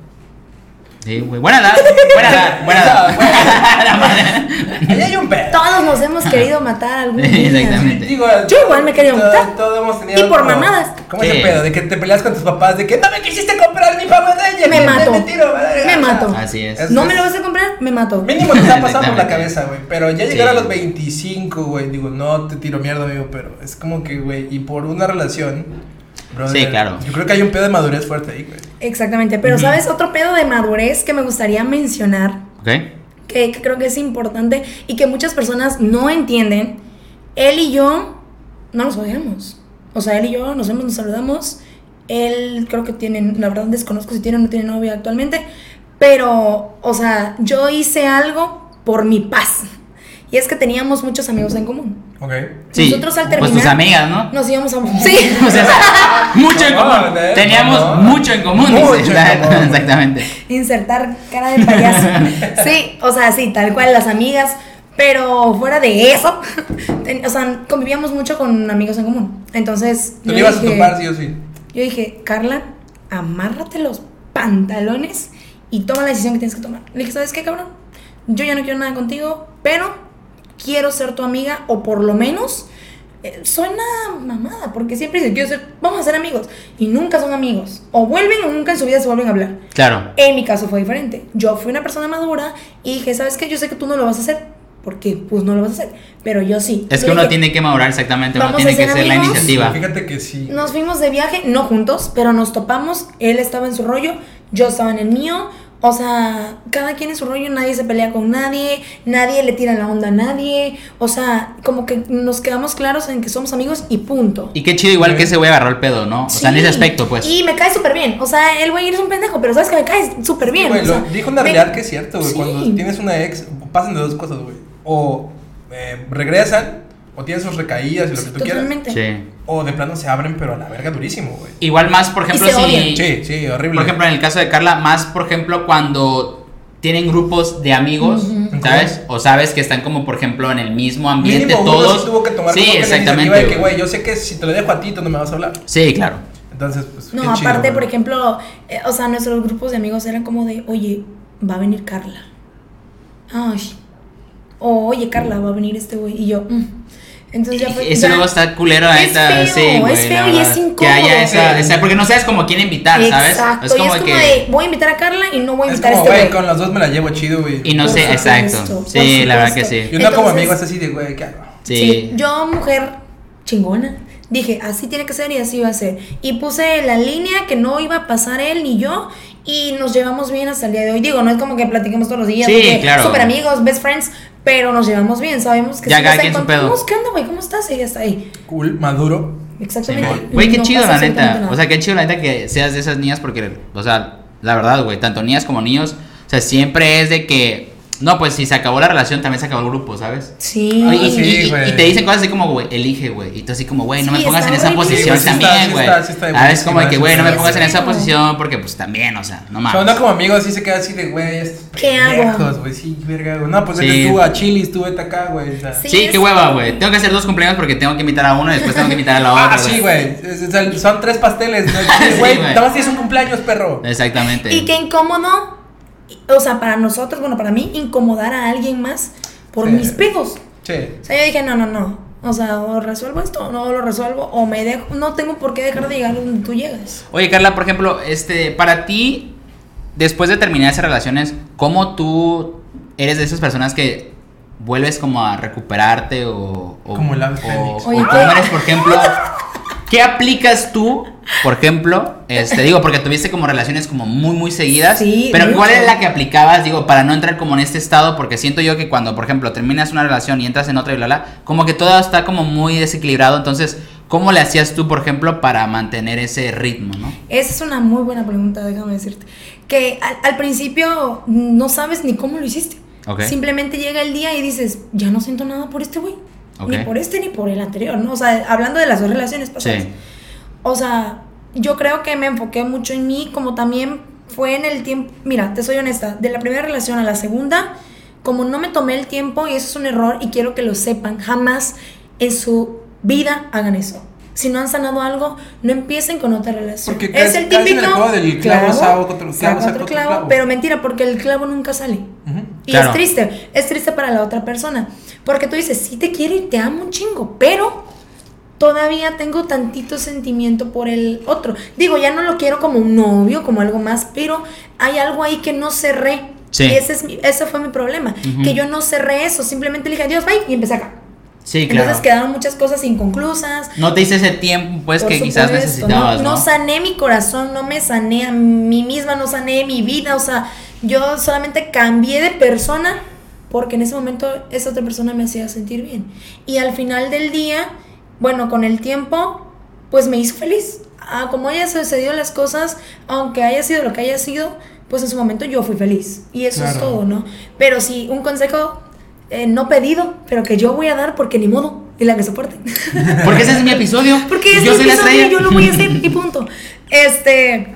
Speaker 1: Sí, güey. Buena edad, buena edad, buena
Speaker 3: O sea,
Speaker 1: edad.
Speaker 3: güey, Ahí hay un pedo.
Speaker 2: Todos nos hemos querido matar algún
Speaker 1: Sí,
Speaker 2: día.
Speaker 1: exactamente.
Speaker 3: Digo,
Speaker 2: Yo igual me quería
Speaker 3: to-
Speaker 2: matar.
Speaker 3: Todos hemos tenido.
Speaker 2: Y por
Speaker 3: como-
Speaker 2: mamadas.
Speaker 3: ¿Cómo
Speaker 1: Sí.
Speaker 3: ese pedo? De que te peleas con tus papás, de que no me quisiste comprar mi papá
Speaker 2: Me mato.
Speaker 3: Me, tiro, madre".
Speaker 2: Me mato.
Speaker 1: Así es.
Speaker 3: Es-
Speaker 2: No me lo vas a comprar, me mato.
Speaker 3: Mínimo te está pasando por la cabeza, güey. Pero ya llegar
Speaker 1: Sí.
Speaker 3: a los 25, güey, digo, no te tiro mierda, amigo, pero es como que, güey, y por una relación. brother,
Speaker 1: Sí, claro.
Speaker 3: Yo creo que hay un pedo de madurez fuerte ahí, güey.
Speaker 2: Exactamente. Pero, ¿sabes? Otro pedo de madurez que me gustaría mencionar,
Speaker 1: ¿Ok?
Speaker 2: que, que creo que es importante y que muchas personas no entienden. Él y yo no nos odiamos. O sea, él y yo nos vemos, nos saludamos. Él creo que tiene, la verdad desconozco si tiene o no tiene novia actualmente. Pero, o sea, yo hice algo por mi paz. Y es que teníamos muchos amigos en común.
Speaker 3: Ok.
Speaker 1: Sí.
Speaker 2: Nosotros al
Speaker 1: Pues tus
Speaker 2: terminar-
Speaker 1: amigas, ¿no?
Speaker 2: Nos íbamos a... Sí.
Speaker 1: O sea, mucho en
Speaker 3: No,
Speaker 1: común.
Speaker 3: ¿eh?
Speaker 1: Teníamos
Speaker 3: No.
Speaker 1: mucho en común,
Speaker 3: Mucho
Speaker 1: dice.
Speaker 3: en común.
Speaker 1: Exactamente.
Speaker 2: Insertar cara de payaso. Sí, o sea, sí, tal cual las amigas. Pero fuera de eso, ten- o sea, convivíamos mucho con amigos en común. Entonces,
Speaker 3: Tú
Speaker 2: yo
Speaker 3: le ibas a
Speaker 2: dije-
Speaker 3: topar, sí o sí.
Speaker 2: yo dije, Carla, amárrate los pantalones y toma la decisión que tienes que tomar. Le dije, ¿sabes qué, cabrón? Yo ya no quiero nada contigo, pero quiero ser tu amiga o por lo menos eh, suena mamada, porque siempre dicen, quiero ser, vamos a ser amigos y nunca son amigos. O vuelven o nunca en su vida se vuelven a hablar.
Speaker 1: Claro.
Speaker 2: En mi caso fue diferente. Yo fui una persona madura y dije, ¿sabes qué? Yo sé que tú no lo vas a hacer, porque pues no lo vas a hacer, pero yo sí.
Speaker 1: Es
Speaker 2: Le
Speaker 1: que uno
Speaker 2: dije,
Speaker 1: tiene que madurar exactamente, uno
Speaker 2: Vamos a
Speaker 1: tiene que
Speaker 2: ser
Speaker 1: ser la
Speaker 2: amigos.
Speaker 1: iniciativa.
Speaker 3: Fíjate que sí.
Speaker 2: nos fuimos de viaje, no juntos, pero nos topamos. Él estaba en su rollo, yo estaba en el mío. O sea, cada quien en su rollo, nadie se pelea con nadie, nadie le tira la onda a nadie. O sea, como que nos quedamos claros en que somos amigos y punto.
Speaker 1: Y qué chido, igual que ese güey agarró el pedo, ¿no? O sea, en
Speaker 2: Sí.
Speaker 1: ese aspecto, pues.
Speaker 2: Y me cae súper bien. O sea, el güey eres un pendejo, pero sabes que me caes súper bien.
Speaker 3: Güey,
Speaker 2: o
Speaker 3: lo-
Speaker 2: sea,
Speaker 3: dijo una
Speaker 2: me-
Speaker 3: realidad que es cierto, güey.
Speaker 2: Sí.
Speaker 3: Cuando tienes una ex, pasan de dos cosas, güey. O eh, regresan, o tienen sus recaídas y lo que tú quieras.
Speaker 2: Totalmente.
Speaker 1: Sí.
Speaker 3: O de plano se abren, pero a la verga durísimo, güey.
Speaker 1: Igual más, por ejemplo,
Speaker 2: se
Speaker 1: si.
Speaker 2: odian.
Speaker 3: Sí, sí, horrible.
Speaker 1: Por ejemplo, en el caso de Carla, más, por ejemplo, cuando tienen grupos de amigos,
Speaker 3: Ujú.
Speaker 1: ¿sabes? O sabes que están como, por ejemplo, en el mismo ambiente
Speaker 3: Mínimo uno
Speaker 1: todos.
Speaker 3: sí tuvo que tomar
Speaker 1: sí,
Speaker 3: como que la
Speaker 1: exactamente.
Speaker 3: iniciativa de que,
Speaker 1: güey.
Speaker 3: güey, yo sé que si te lo dejo a ti, tú no me vas a hablar.
Speaker 1: Sí, claro.
Speaker 3: Entonces, pues.
Speaker 2: No,
Speaker 3: qué chido,
Speaker 2: aparte,
Speaker 3: güey.
Speaker 2: por ejemplo, eh, o sea, nuestros grupos de amigos eran como de, oye, va a venir Carla. Ay. O, oye, Carla, va a venir este güey. Y yo, "Mm". Entonces ya fue-
Speaker 1: E, Eso
Speaker 2: ya-
Speaker 1: luego está culero, la
Speaker 2: Es
Speaker 1: neta.
Speaker 2: feo,
Speaker 1: sí, güey,
Speaker 2: es
Speaker 1: la
Speaker 2: feo y
Speaker 1: verdad.
Speaker 2: es
Speaker 1: Que haya
Speaker 2: incómodo,
Speaker 1: esa,
Speaker 3: güey.
Speaker 1: esa- porque no sabes como quién invitar, ¿sabes?
Speaker 2: Exacto, y es como de, voy a invitar a Carla y no voy a
Speaker 3: Es
Speaker 2: invitar
Speaker 3: como,
Speaker 2: a
Speaker 3: güey,
Speaker 2: este güey.
Speaker 3: con los dos me la llevo chido, güey.
Speaker 1: Y no
Speaker 2: Por
Speaker 1: sé,
Speaker 2: supuesto,
Speaker 1: exacto.
Speaker 2: por
Speaker 1: Sí, la verdad que
Speaker 2: supuesto.
Speaker 1: sí.
Speaker 3: Y uno como
Speaker 2: Entonces-
Speaker 3: amigo es así de, güey, ¿qué hago?
Speaker 1: Sí.
Speaker 2: Yo, mujer chingona, dije, así tiene que ser y así iba a ser. Y puse la línea que no iba a pasar él ni yo y nos llevamos bien hasta el día de hoy. Digo, no es como que platiquemos todos los días,
Speaker 1: Sí,
Speaker 2: porque
Speaker 1: claro.
Speaker 2: súper amigos, best friends, pero nos llevamos bien, sabemos que
Speaker 1: Ya
Speaker 2: si
Speaker 1: cada
Speaker 2: nos
Speaker 1: quien su
Speaker 2: encontramos,
Speaker 1: pedo.
Speaker 2: ¿Qué onda, güey? ¿Cómo estás? Ella está ahí.
Speaker 3: Cool, maduro.
Speaker 2: Exactamente.
Speaker 1: Simón. Güey, qué
Speaker 2: No
Speaker 1: chido,
Speaker 2: pasa
Speaker 1: la neta.
Speaker 2: absolutamente
Speaker 1: O
Speaker 2: nada.
Speaker 1: sea, qué chido, la neta, que seas de esas niñas, porque, o sea, la verdad, güey, tanto niñas como niños, o sea, siempre es de que, no, pues si se acabó la relación, también se acabó el grupo, ¿sabes?
Speaker 2: Sí.
Speaker 1: Y,
Speaker 3: Ah,
Speaker 1: y-
Speaker 3: sí,
Speaker 1: y- y
Speaker 3: güey.
Speaker 1: te dicen cosas así como, güey, elige, güey. Y tú así como, güey, no me
Speaker 2: Sí,
Speaker 1: pongas en
Speaker 2: está
Speaker 1: esa
Speaker 2: horrible.
Speaker 1: posición
Speaker 3: Sí, sí está,
Speaker 1: también,
Speaker 3: sí
Speaker 1: güey.
Speaker 3: está, sí está de
Speaker 1: Ah, es como de
Speaker 3: buenísima,
Speaker 1: que, güey, no me
Speaker 2: sí
Speaker 1: pongas en
Speaker 2: está
Speaker 1: esa
Speaker 2: de
Speaker 1: posición porque, pues, también, o sea, no
Speaker 3: O sea, uno
Speaker 1: mames.
Speaker 3: como amigo así se queda así de, güey, estos
Speaker 2: ¿Qué hago?
Speaker 3: pendejos, güey, sí, verga, güey. No, pues
Speaker 1: Sí.
Speaker 3: vete tú a Chilis, tú vete acá, güey. o sea.
Speaker 2: Sí.
Speaker 1: Sí,
Speaker 2: es-
Speaker 1: qué hueva, güey. Tengo que hacer dos cumpleaños porque tengo que invitar a uno y después tengo que invitar a la otra.
Speaker 3: Ah, sí, güey. es- es el- Son tres pasteles. ¿no? Sí, Güey,
Speaker 1: güey.
Speaker 3: nada más tienes un cumpleaños, perro.
Speaker 1: Exactamente.
Speaker 2: Y qué incómodo, o sea, para nosotros, bueno, para mí, incomodar a alguien más por
Speaker 3: Sí.
Speaker 2: mis pedos.
Speaker 3: Che.
Speaker 2: O sea, yo dije, no, no, no. O sea, o resuelvo esto o no lo resuelvo, o me dejo, no tengo por qué dejar de llegar donde tú llegas.
Speaker 1: Oye, Carla, por ejemplo, este, para ti, después de terminar esas relaciones, ¿cómo tú eres de esas personas que vuelves como a recuperarte o... o-
Speaker 3: Como el ave
Speaker 1: o-
Speaker 3: fénix.
Speaker 1: o
Speaker 2: Oye,
Speaker 1: cómo
Speaker 2: ¿qué?
Speaker 1: eres, por ejemplo... ¿Qué aplicas tú, por ejemplo? Este, digo, porque tuviste como relaciones como muy, muy seguidas.
Speaker 2: Sí,
Speaker 1: pero ¿cuál
Speaker 2: mucho.
Speaker 1: es la que aplicabas, digo, para no entrar como en este estado? Porque siento yo que cuando, por ejemplo, terminas una relación y entras en otra y bla, bla, como que todo está como muy desequilibrado. Entonces, ¿cómo le hacías tú, por ejemplo, para mantener ese ritmo, no?
Speaker 2: Esa es una muy buena pregunta, déjame decirte. Que al, al principio no sabes ni cómo lo hiciste.
Speaker 1: Ok.
Speaker 2: Simplemente llega el día y dices, ya no siento nada por este güey.
Speaker 1: Ok.
Speaker 2: Ni por este ni por el anterior, ¿no? O sea, hablando de las dos relaciones pasadas.
Speaker 1: Sí.
Speaker 2: O sea, yo creo que me enfoqué mucho en mí, como también fue en el tiempo. Mira, te soy honesta, de la primera relación a la segunda, como no me tomé el tiempo, y eso es un error, y quiero que lo sepan, jamás en su vida hagan eso. Si no han sanado algo, no empiecen con otra relación.
Speaker 3: Porque caes- caes en el juego del clavo, saca otro
Speaker 2: saca
Speaker 3: clavo, saca
Speaker 2: otro
Speaker 3: otro
Speaker 2: clavo,
Speaker 3: clavo.
Speaker 2: Pero mentira, porque el clavo nunca sale.
Speaker 3: Ujú.
Speaker 2: Y
Speaker 1: Claro.
Speaker 2: es triste, es triste para la otra persona. Porque tú dices, sí te quiero y te amo un chingo, pero todavía tengo tantito sentimiento por el otro. Digo, ya no lo quiero como un novio, como algo más, pero hay algo ahí que no cerré.
Speaker 1: Sí.
Speaker 2: Y ese, es mi- ese fue mi problema,
Speaker 1: Ujú.
Speaker 2: que yo no cerré eso, simplemente le dije adiós, bye, y empecé acá.
Speaker 1: Sí,
Speaker 2: Entonces quedaron muchas cosas inconclusas.
Speaker 1: No te hice ese tiempo, pues,
Speaker 2: Por
Speaker 1: que quizás
Speaker 2: supuesto,
Speaker 1: necesitabas, ¿no?
Speaker 2: No sané mi corazón, no me sané a mí misma, no sané mi vida, o sea, yo solamente cambié de persona porque en ese momento esa otra persona me hacía sentir bien. Y al final del día, bueno, con el tiempo, pues me hizo feliz. Ah, como haya sucedido las cosas, aunque haya sido lo que haya sido, pues en su momento yo fui feliz. Y eso es
Speaker 3: Claro.
Speaker 2: todo, ¿no? Pero sí, un consejo eh, no pedido, pero que yo voy a dar porque ni modo, y la que soporte.
Speaker 1: Porque ese es mi episodio.
Speaker 2: Porque es
Speaker 1: yo
Speaker 2: mi
Speaker 1: soy la
Speaker 2: episodio,
Speaker 1: estrella.
Speaker 2: yo lo voy a hacer y punto. Este,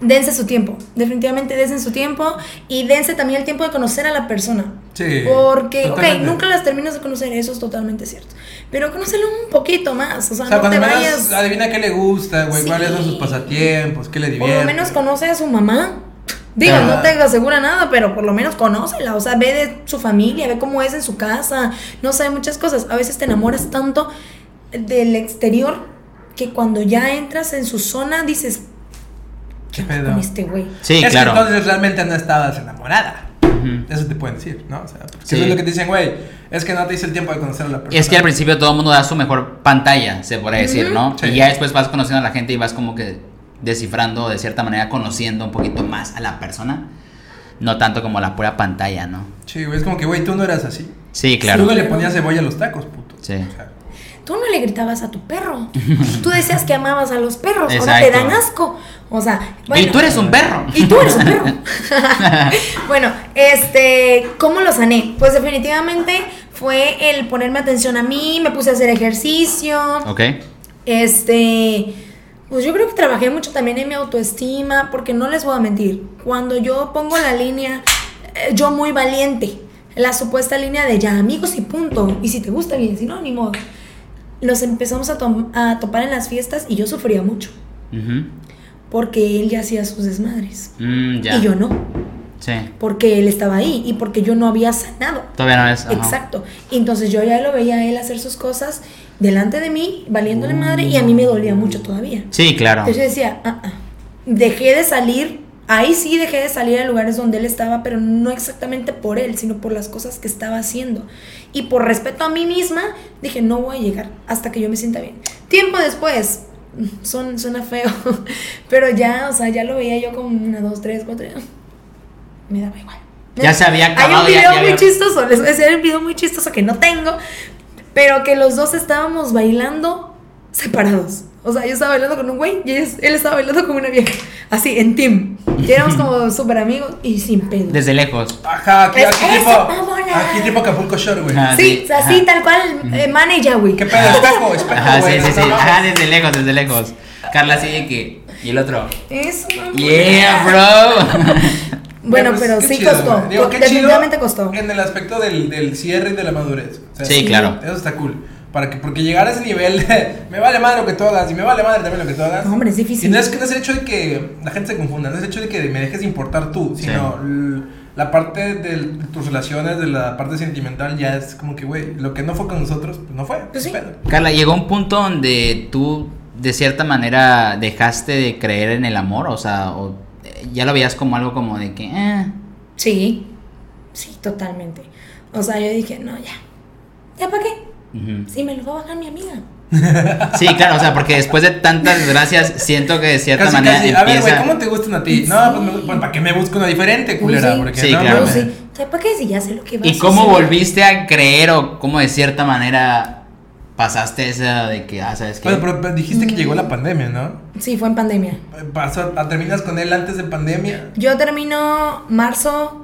Speaker 2: dense su tiempo, definitivamente dense su tiempo y dense también el tiempo de conocer a la persona.
Speaker 3: Sí.
Speaker 2: Porque, ok,
Speaker 3: totalmente.
Speaker 2: nunca las terminas de conocer, eso es totalmente cierto. Pero conócelo un poquito más, o sea,
Speaker 3: O sea,
Speaker 2: no te
Speaker 3: cuando menos
Speaker 2: vayas.
Speaker 3: adivina qué le gusta, güey,
Speaker 2: Sí.
Speaker 3: cuáles son sus pasatiempos, qué le
Speaker 2: Por
Speaker 3: divierte.
Speaker 2: lo menos conoce a su mamá. Digo,
Speaker 3: Claro.
Speaker 1: Ah.
Speaker 2: no te asegura nada, pero por lo menos conócela, o sea, ve de su familia, ve cómo es en su casa, no sé, muchas cosas. A veces te enamoras tanto del exterior que cuando ya entras en su zona dices,
Speaker 3: ¿Qué
Speaker 2: "Con
Speaker 3: pedo?
Speaker 2: este güey.
Speaker 1: Sí,
Speaker 3: es
Speaker 1: claro.
Speaker 3: que entonces realmente no estabas enamorada.
Speaker 1: Ujú.
Speaker 3: Eso te pueden decir, ¿no? O sea, porque
Speaker 1: Sí.
Speaker 3: eso es lo que te dicen, güey, es que no te hice el tiempo de conocer a la persona.
Speaker 1: Es que al principio todo el mundo da su mejor pantalla, se podría decir, ¿no?
Speaker 3: Sí.
Speaker 1: Y ya después vas conociendo a la gente y vas como que descifrando, de cierta manera, conociendo un poquito más a la persona. No tanto como la pura pantalla, ¿no?
Speaker 3: Sí, güey, es como que, güey, tú no eras así.
Speaker 1: Sí,
Speaker 3: Tú
Speaker 1: claro.
Speaker 3: no le ponías cebolla a los tacos, puto.
Speaker 1: Sí.
Speaker 3: O sea,
Speaker 2: Tú no le gritabas a tu perro. Tú decías que amabas a los perros, ahora te
Speaker 1: Exacto.
Speaker 2: dan asco. O sea, bueno.
Speaker 1: y tú eres un perro.
Speaker 2: Y tú eres un perro. bueno, este, ¿cómo lo sané? Pues definitivamente fue el ponerme atención a mí, me puse a hacer ejercicio,
Speaker 1: Ok.
Speaker 2: este, pues yo creo que trabajé mucho también en mi autoestima, porque no les voy a mentir, cuando yo pongo la línea, eh, yo muy valiente, la supuesta línea de ya amigos y punto, y si te gusta bien, si no, ni modo. Los empezamos a, tom- a topar en las fiestas y yo sufría mucho,
Speaker 1: Ujú.
Speaker 2: porque él ya hacía sus desmadres.
Speaker 1: Mm, ya.
Speaker 2: Y yo no.
Speaker 1: Sí.
Speaker 2: porque él estaba ahí y porque yo no había sanado.
Speaker 1: Todavía no es. ajá.
Speaker 2: Exacto. Entonces yo ya lo veía a él hacer sus cosas delante de mí, valiéndole madre, y a mí me dolía mucho todavía.
Speaker 1: Sí, claro.
Speaker 2: Entonces yo decía, ah, ah. dejé de salir, ahí sí dejé de salir a lugares donde él estaba, pero no exactamente por él, sino por las cosas que estaba haciendo. Y por respeto a mí misma, dije, no voy a llegar hasta que yo me sienta bien. Tiempo después, son, suena feo, pero ya, o sea, ya lo veía yo como una, dos, tres, cuatro, me daba igual.
Speaker 1: Ya se había
Speaker 2: Hay un
Speaker 1: acabado. ya-
Speaker 2: video
Speaker 1: ya
Speaker 2: muy
Speaker 1: había-
Speaker 2: chistoso, les voy a decir, hay un video muy chistoso que no tengo, pero que los dos estábamos bailando separados. O sea, yo estaba bailando con un güey y ellos- él estaba bailando con una vieja. Así, en team. Y éramos como súper amigos y sin pedo.
Speaker 1: Desde lejos.
Speaker 3: Ajá, aquí,
Speaker 2: Es eso,
Speaker 3: aquí tipo.
Speaker 2: vámonos.
Speaker 3: Aquí tipo Acapulco Shore, güey.
Speaker 1: Ah.
Speaker 2: sí,
Speaker 1: así,
Speaker 2: o sea, así,
Speaker 1: ajá.
Speaker 2: tal cual, eh, man y ya, güey.
Speaker 3: ¿Qué pedo? Espejo, espejo,
Speaker 1: Ajá, sí,
Speaker 3: güey.
Speaker 1: sí,
Speaker 3: no
Speaker 1: sí.
Speaker 3: mames.
Speaker 1: Ajá, desde lejos, desde lejos. Carla sigue que. Y el otro.
Speaker 2: Eso, mamá.
Speaker 1: Yeah, bro.
Speaker 2: Bueno,
Speaker 3: Pues,
Speaker 2: pero
Speaker 3: qué
Speaker 2: sí
Speaker 3: chido,
Speaker 2: costó.
Speaker 3: güey. Digo, qué
Speaker 2: Definitivamente
Speaker 3: chido
Speaker 2: costó.
Speaker 3: En el aspecto del, del cierre y de la madurez. O sea,
Speaker 1: Sí, claro.
Speaker 3: Eso está cool. Para que, porque llegar a ese nivel de me vale madre lo que tú hagas y me vale madre también lo que tú hagas.
Speaker 2: No, hombre, es difícil.
Speaker 3: Y no es, que- no es el hecho de que la gente se confunda, no es el hecho de que me dejes importar tú, sino l- la parte del- de tus relaciones, de la parte sentimental, ya es como que, güey, lo que no fue con nosotros, pues no fue.
Speaker 2: Pues sí.
Speaker 3: qué pedo.
Speaker 1: Carla, llegó un punto donde tú, de cierta manera, dejaste de creer en el amor. O sea, o, eh, ya lo veías como algo como de que. Eh,
Speaker 2: Sí, sí, totalmente. O sea, yo dije, no, ya. ¿Ya para qué?
Speaker 1: ujú.
Speaker 2: Sí, me lo va a bajar mi amiga.
Speaker 1: Sí, claro, o sea, porque después de tantas desgracias, siento que de cierta
Speaker 3: Casi,
Speaker 1: manera.
Speaker 3: casi. A ver,
Speaker 1: empieza...
Speaker 3: güey, ¿cómo te gustan a ti? No, pues, me gu- pues, ¿para qué me busco una diferente, culera?
Speaker 2: Pues Sí.
Speaker 3: Porque
Speaker 1: Sí,
Speaker 3: no, pues,
Speaker 1: claro.
Speaker 2: Pero
Speaker 3: mames.
Speaker 2: sí, ¿sabes para qué? Si ya sé lo que va a
Speaker 1: ¿Y cómo
Speaker 2: suceder.
Speaker 1: volviste a creer o cómo de cierta manera pasaste esa de que, ah, sabes qué?
Speaker 3: Bueno, pero, pero dijiste
Speaker 2: Mm.
Speaker 3: que llegó la pandemia, ¿no?
Speaker 2: Sí, fue en pandemia.
Speaker 3: Pasó, ah, terminas con él antes de pandemia.
Speaker 2: Yo termino marzo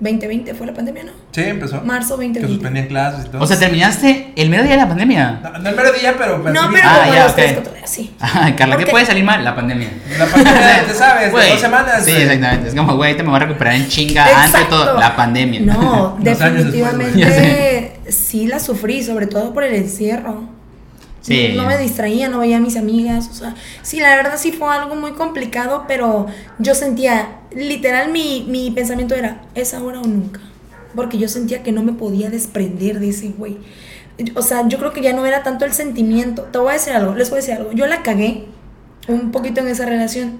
Speaker 2: 2020, fue la pandemia, ¿no?
Speaker 3: Sí, empezó.
Speaker 2: Marzo
Speaker 3: Que
Speaker 2: 2020.
Speaker 3: suspendían clases y todo.
Speaker 1: o sea, terminaste el mero día de la pandemia.
Speaker 3: no, no el mero día, pero. pues,
Speaker 2: No,
Speaker 3: sí,
Speaker 2: pero
Speaker 1: Ah,
Speaker 2: como
Speaker 1: ya,
Speaker 2: a
Speaker 1: ok. Ah,
Speaker 2: los tres, cuatro días, sí.
Speaker 1: Ay, Carla, ¿qué
Speaker 2: Porque-
Speaker 1: puede salir mal? La pandemia.
Speaker 3: La pandemia, te sabes, de
Speaker 1: Güey,
Speaker 3: dos semanas.
Speaker 1: Sí,
Speaker 3: güey.
Speaker 1: exactamente. Es como, güey, te me voy a recuperar en chinga antes de
Speaker 2: Exacto.
Speaker 1: todo. La pandemia.
Speaker 2: No,
Speaker 3: Dos años después, güey.
Speaker 1: Ya
Speaker 2: definitivamente sí la sufrí, sobre todo por el encierro.
Speaker 1: Sí.
Speaker 2: No me distraía, no veía a mis amigas. O sea, sí, la verdad sí fue algo muy complicado, pero yo sentía, literal, mi, mi pensamiento era, es ahora o nunca. Porque yo sentía que no me podía desprender de ese güey. O sea, yo creo que ya no era tanto el sentimiento. Te voy a decir algo, les voy a decir algo. Yo la cagué un poquito en esa relación,